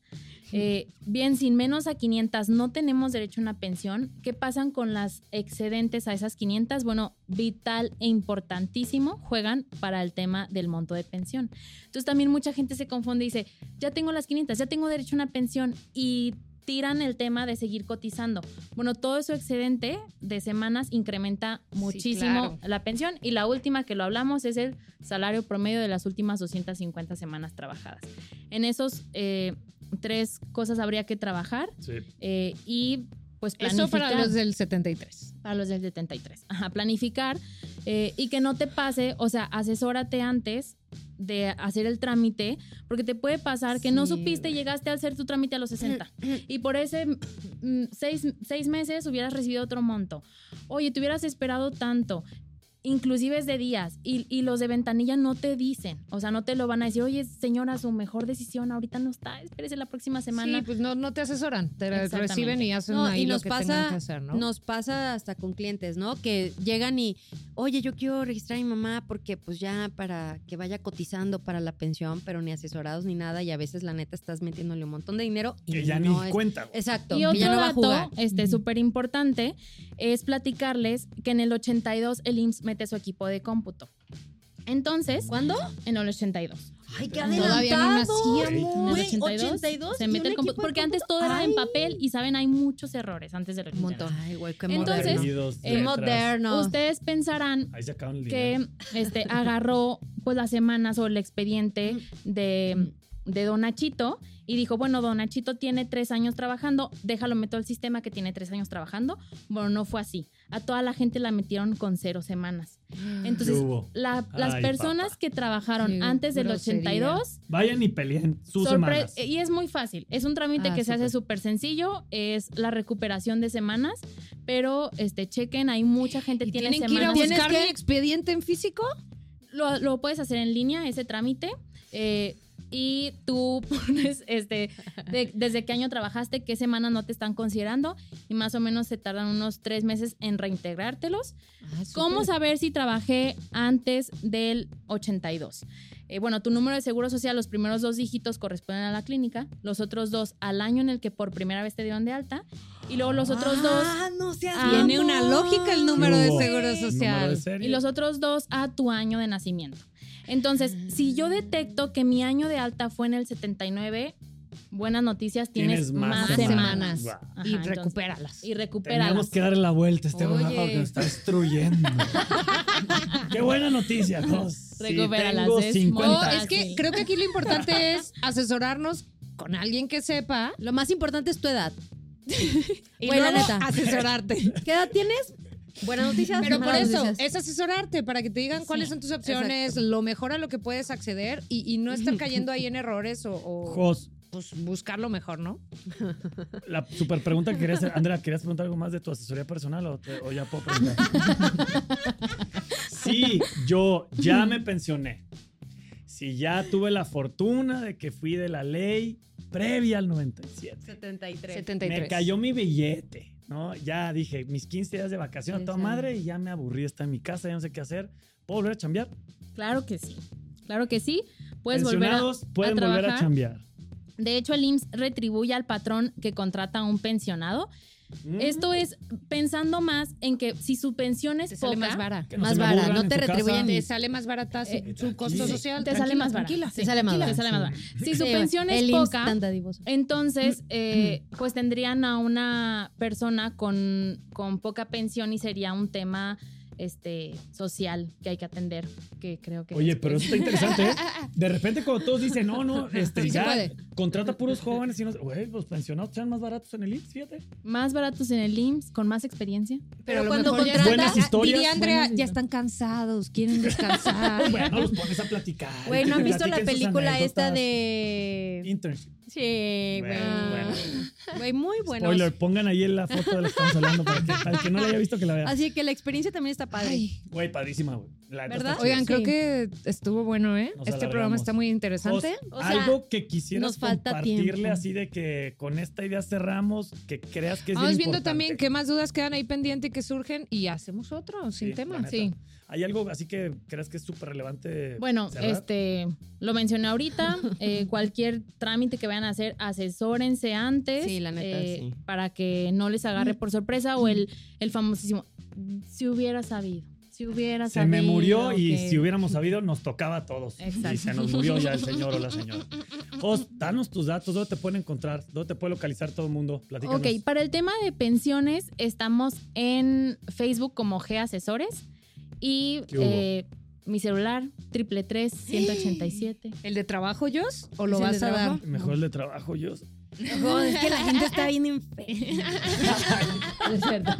S5: Eh, bien, sin menos a 500 no tenemos derecho a una pensión. ¿Qué pasan con las excedentes a esas 500? Bueno, vital e importantísimo juegan para el tema del monto de pensión. Entonces también mucha gente se confunde y dice, ya tengo las 500, ya tengo derecho a una pensión y tiran el tema de seguir cotizando. Bueno, todo su excedente de semanas incrementa muchísimo
S4: claro.
S5: la pensión y la última que lo hablamos es el salario promedio de las últimas 250 semanas trabajadas. En esos eh, tres cosas habría que trabajar
S2: Sí.
S5: eh, y pues planificar
S4: Eso para los del 73.
S5: para los del 73. Ajá, planificar eh, y que no te pase, o sea, asesórate antes de hacer el trámite, porque te puede pasar que no
S4: Sí,
S5: supiste y
S4: güey.
S5: llegaste a hacer tu trámite a
S4: *clears throat*
S5: los 60 y por ese mm, seis, seis meses hubieras recibido otro monto. Oye, te hubieras esperado tanto. Inclusive es de días y, y los de ventanilla no te dicen, o sea, no te lo van a decir, oye señora, su mejor decisión ahorita no está, espérese la próxima semana.
S4: Sí, pues no, no te asesoran, te
S5: Exactamente.
S4: reciben y hacen
S3: No,
S4: ahí
S3: y
S4: lo
S3: nos
S4: que
S3: pasa,
S4: tengan que hacer, ¿no?
S3: nos pasa hasta con clientes, ¿no? Que llegan y, oye, yo quiero registrar a mi mamá porque pues ya para que vaya cotizando para la pensión, pero ni asesorados ni nada y a veces la neta estás metiéndole un montón de dinero y
S2: Que ya
S3: no
S2: ni
S3: es- eh,
S2: cuenta. güey.
S3: Exacto,
S5: Y
S3: que
S5: otro
S3: ya no va a
S5: dato,
S3: jugar.
S5: este,
S4: Ujú.
S5: súper importante, es platicarles que en el 82 el IMSS mete su equipo de cómputo. Entonces,
S3: ¿Cuándo?
S5: en el 82.
S3: Ay, qué
S4: Todavía no
S3: adelantado.
S2: Sí.
S4: nacíamos.
S5: En el
S3: Güey,
S5: 82,
S3: 82
S5: se
S3: y
S5: mete
S3: un
S5: el
S3: equipo
S5: cómputo.
S3: de
S5: Porque antes
S3: cómputo.
S5: todo era
S3: Ay.
S5: en papel y saben, hay muchos errores antes del 82.
S4: Un montón.
S3: Ay, güey, qué
S5: Entonces-
S3: moderno.
S2: Perdidos,
S5: eh,
S3: Qué
S2: letras.
S3: moderno.
S5: Ustedes pensarán
S2: Ahí se acaban el dinero.
S5: que este,
S2: *laughs*
S5: agarró pues las semanas o el expediente de, de Don Nachito y dijo, bueno, Don Nachito tiene tres años trabajando, déjalo meto al sistema que tiene tres años trabajando. Bueno, no fue así. A toda la gente la metieron con cero semanas.
S4: Ah.
S2: Ah. ¿Qué
S5: Entonces,
S2: hubo?
S5: la- las
S2: Ay,
S5: personas
S2: papá.
S5: que trabajaron
S4: Qué
S5: antes del
S4: grosería.
S5: 82
S2: Vayan y peleen sus
S5: Sorpre- eh,
S2: semanas.
S5: Y es muy fácil. Es un trámite
S4: Ah,
S5: que se hace
S4: súper.
S5: súper sencillo. Es la recuperación de semanas. Pero este, chequen, hay mucha gente
S4: ¿Y
S5: que tiene
S4: tienen que ir a
S5: semanas.
S3: ¿Tienes
S4: buscar
S3: que-
S4: mi expediente en físico?
S5: Lo, lo puedes hacer en línea, ese trámite. eh, y tú *laughs* pones este, de- desde qué año trabajaste, qué semanas no te están considerando. Y más o menos se tardan unos tres meses en reintegrártelos. ¿Cómo saber si trabajé antes del 82? Eh, bueno, tu número de seguro social, los primeros dos dígitos corresponden a la clínica, los otros dos al año en el que por primera vez te dieron de alta, y luego los otros dos.
S3: Ah, no seas
S5: Ah,
S3: mamón.
S4: Tiene una lógica el número de
S2: hubo?
S4: seguro
S2: Número de
S4: social.
S2: serie.
S5: Y los otros dos a tu año de nacimiento. Entonces, si yo detecto que mi año de alta fue en el 79, buenas noticias, tienes, más, semanas.
S2: Guau.
S5: Ajá,
S4: Y
S5: entonces,
S4: recupéralas.
S5: y recupéralas.
S2: Teníamos que darle la vuelta a este
S4: Oye.
S2: abogado que nos está destruyendo. Qué buena noticia, Jos. Sí,
S5: Recupéralas,
S2: tengo
S5: es
S2: 50.
S4: No,
S5: muy
S4: es que
S5: fácil.
S4: creo que aquí lo importante es asesorarnos con alguien que sepa
S3: Lo más importante es tu *laughs* edad.
S4: y
S3: Güey, la
S4: luego
S3: neta.
S4: asesorarte.
S3: ¿Qué edad tienes? Buenas noticias.
S4: Pero por
S3: malas
S4: eso,
S3: noticias.
S4: es asesorarte para que te digan cuáles son tus opciones, lo mejor a lo que puedes acceder y, y no estar cayendo ahí en errores o, o,
S2: Jos,
S4: pues, buscar lo mejor, ¿no?
S2: la super pregunta que querías hacer. Andrea, ¿querías preguntar algo más de tu asesoría personal o, te- o ya puedo preguntar? sí, yo ya me pensioné. Si ya tuve la fortuna de que fui de la ley previa al 97.
S3: 73.
S4: 73.
S2: Me cayó mi billete, ¿no? Ya dije, mis 15 días de vacación a toda madre y ya me aburrí, está en mi casa, ya no sé qué hacer. ¿Puedo volver a chambear?
S5: Claro que sí. Claro que sí. Puedes volver a,
S2: Pensionados pueden volver a
S5: trabajar.
S2: chambear.
S5: De hecho, el IMSS retribuye al patrón que contrata a un pensionado.
S2: Mm,
S5: Esto es pensando más en que si su pensión es
S4: Te sale
S5: poca,
S4: más barata.
S2: que no
S3: más
S2: se me
S3: vara,
S2: aburran
S3: no
S2: en
S3: te
S2: tu casa.
S3: retribuyen
S4: Te sale más barata su,
S5: Eh,
S4: su costo
S2: sí.
S4: social.
S5: te sale más barata.
S4: tranquila,
S5: Sí,
S3: te sale más
S5: tranquila, te
S3: barata.
S5: sale más barata. Si su
S3: Sí,
S5: pensión
S3: el
S5: es
S3: IMSS
S5: poca,
S3: tan dadivoso.
S5: entonces
S2: Mm.
S5: eh, pues tendrían a una persona con, con poca pensión y sería un tema este social que hay que atender, que creo que
S2: Oye,
S5: después-
S2: pero eso está interesante. ¿eh? De repente, cuando todos dicen, no, no, este,
S4: Sí se
S2: ya
S4: puede.
S2: contrata puros jóvenes y no sé, güey, los pensionados sean más baratos en el IPS, fíjate.
S5: más baratos en el IMSS, con más experiencia.
S4: Pero,
S3: Pero
S4: cuando
S3: cuando
S4: contratas,
S2: Buenas historias.
S4: diría Andrea,
S5: Buenas
S4: ya están cansados,
S2: *laughs*
S4: quieren descansar.
S2: Bueno, los pones a platicar.
S3: Güey,
S2: que
S3: ¿no han
S2: te
S3: visto la
S2: platiquen sus
S3: película esta
S2: anécdotas.
S3: de.
S2: Internship.
S5: Eh,
S3: Sí, güey.
S5: ah,
S2: Bueno, bueno.
S3: Güey, muy bueno.
S2: Spoiler, pongan ahí la foto de la que estamos hablando para que, para el que no la haya visto que la vea.
S3: Así que la experiencia también está padre.
S4: Ay,
S2: Güey, padrísima, güey. La neta
S3: ¿Verdad?
S2: está chida.
S4: Oigan,
S3: Sí.
S4: creo que estuvo bueno, ¿eh?
S2: Nos
S4: este programa
S2: alargamos.
S4: está muy interesante.
S2: Jos,
S3: O sea,
S2: algo que quisieras
S3: nos falta
S2: compartirle
S3: tiempo.
S2: así de que con esta idea cerramos, que creas que es
S4: Vamos
S2: bien
S4: viendo también
S2: importante.
S4: qué más dudas quedan ahí pendiente y que surgen y hacemos otro sin
S2: Sí, la
S4: tema.
S2: neta.
S4: Sí.
S2: Hay algo así que creas que es súper relevante.
S5: Bueno,
S2: cerrar?
S5: este, lo mencioné ahorita.
S2: *laughs*
S5: eh, cualquier trámite que vayan a hacer, asesórense antes. eh,
S3: Sí, la neta, sí.
S5: Para que no les agarre por sorpresa o el, el famosísimo, si hubiera sabido, si hubiera
S2: Se
S5: sabido.
S2: me murió y
S5: que-".
S2: si
S5: *laughs*
S2: hubiéramos sabido, nos tocaba a todos.
S5: Exacto.
S2: Y se nos murió ya el señor o la
S5: *laughs*
S2: señora. Jos, danos tus datos, ¿dónde te pueden encontrar? ¿Dónde te puede localizar todo el mundo? Platícanos.
S5: Ok, para el tema de pensiones, estamos en Facebook como G Asesores y
S2: ¿Qué hubo?
S5: eh, mi celular, triple *gasps* 187.
S4: ¿El de trabajo, yo ¿O lo
S3: ¿Es el
S4: vas
S3: de
S4: a dar?
S3: trabajo?
S2: Mejor el de trabajo, yo.
S3: es que la gente está bien enferma.
S4: Es cierto.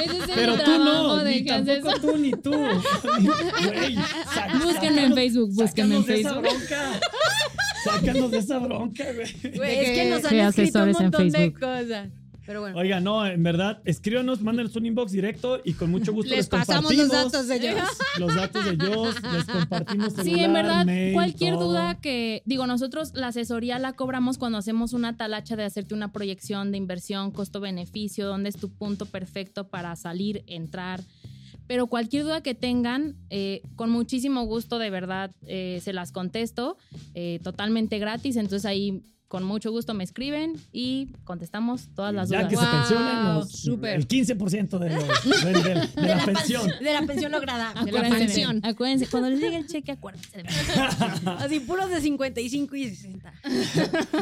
S5: Ese es el
S2: Pero tú
S5: trabajo
S2: no,
S5: de
S2: ni
S5: G Asesores.
S2: tampoco tú, ni
S5: *laughs*
S2: tú. Güey, sac-
S5: Búsquenme en
S2: sácanos-
S5: Facebook, búsquenme en
S2: sácanos de esa
S5: Facebook.
S2: bronca. Sácanos de esa bronca, güey.
S3: Güey, es que nos
S5: Fui
S3: han escrito un
S5: asesores en
S3: montón de
S5: Facebook.
S3: cosas. Pero bueno.
S2: Oiga, no, en verdad, escríbanos, mándenos un inbox directo y con mucho gusto les,
S4: Les pasamos los
S2: compartimos
S4: datos de ellos.
S2: Los datos de ellos, les compartimos
S5: Sí,
S2: celular,
S5: en verdad,
S2: mail,
S5: cualquier
S2: todo.
S5: duda que, digo, nosotros la asesoría la cobramos cuando hacemos una talacha de hacerte una proyección de inversión, costo-beneficio, dónde es tu punto perfecto para salir, entrar. Pero cualquier duda que tengan, eh, con muchísimo gusto, de verdad, eh, se las contesto, eh, totalmente gratis. Entonces ahí, con mucho gusto, me escriben y contestamos todas las
S2: ya
S5: dudas.
S2: que se *laughs*
S4: Wow,
S2: pensionen los-
S4: súper.
S2: el 15% de, los- de- de- de la pensión.
S3: De la pensión lograda.
S4: De la
S5: Acuérdense,
S4: pensión.
S5: acuérdense, cuando les llegue el cheque, acuérdense. de mí.
S3: Así puros de 55 y 60.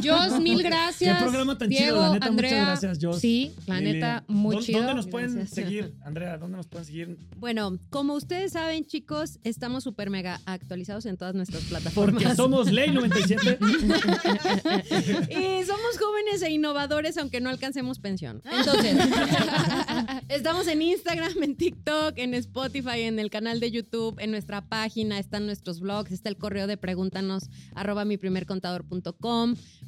S4: Jos, mil gracias.
S2: Qué programa tan
S4: Diego,
S2: chido, la neta,
S4: Andrea.
S2: muchas gracias, Jos.
S4: Sí, la
S2: Lili.
S4: neta, muy
S2: ¿Dó-
S4: chido.
S2: ¿Dónde nos pueden
S4: Gracias.
S2: seguir, Andrea? ¿Dónde nos pueden seguir?
S3: Bueno, como ustedes saben, chicos, estamos súper mega actualizados en todas nuestras plataformas.
S2: Porque somos Ley 97.
S3: *laughs* Y somos jóvenes e innovadores, aunque no alcancemos pensión.
S2: Ah.
S3: Entonces,
S2: *laughs*
S3: estamos en Instagram, en TikTok, en Spotify, en el canal de YouTube, en nuestra página, están nuestros blogs, está el correo de pregúntanos arroba mi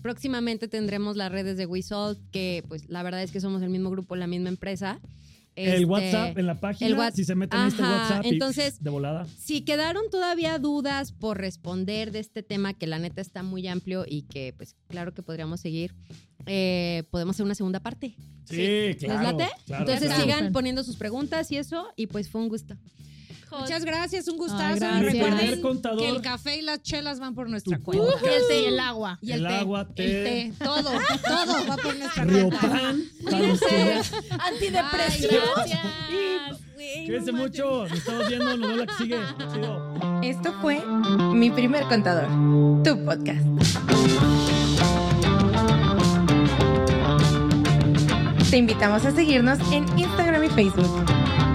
S3: Próximamente tendremos las redes de WeSolve, que pues la verdad es que somos el mismo grupo, la misma empresa. Este,
S2: el WhatsApp en la página.
S3: el what-
S2: si se meten en este
S3: Ajá,
S2: WhatsApp. y,
S3: entonces-
S2: de volada.
S3: Si quedaron todavía dudas por responder de este tema, que la neta está muy amplio y que, pues, claro que podríamos seguir, eh, podemos hacer una segunda parte.
S2: Sí,
S3: Sí.
S2: claro.
S3: late?
S2: claro,
S3: Entonces
S2: claro.
S3: sigan poniendo sus preguntas y eso, y pues fue un gusto.
S4: Muchas gracias, un
S5: Ay,
S4: gustazo.
S5: gracias.
S2: Mi primer
S4: Recuerden
S2: contador.
S4: que el café y las chelas van por nuestra
S2: Tu
S4: cuenta.
S2: podcast.
S4: el té y el agua.
S3: Y
S2: el,
S3: el, té.
S2: agua,
S4: El té, todo, todo va por nuestra cuenta.
S2: Riopan. para los que ya-
S4: Ay,
S3: Antidepresión.
S4: gracias.
S2: Cuídense mucho. Nos estamos viendo. Nos vemos la que sigue. Chido.
S1: Esto fue Mi primer contador, tu podcast. Te invitamos a seguirnos en Instagram y Facebook.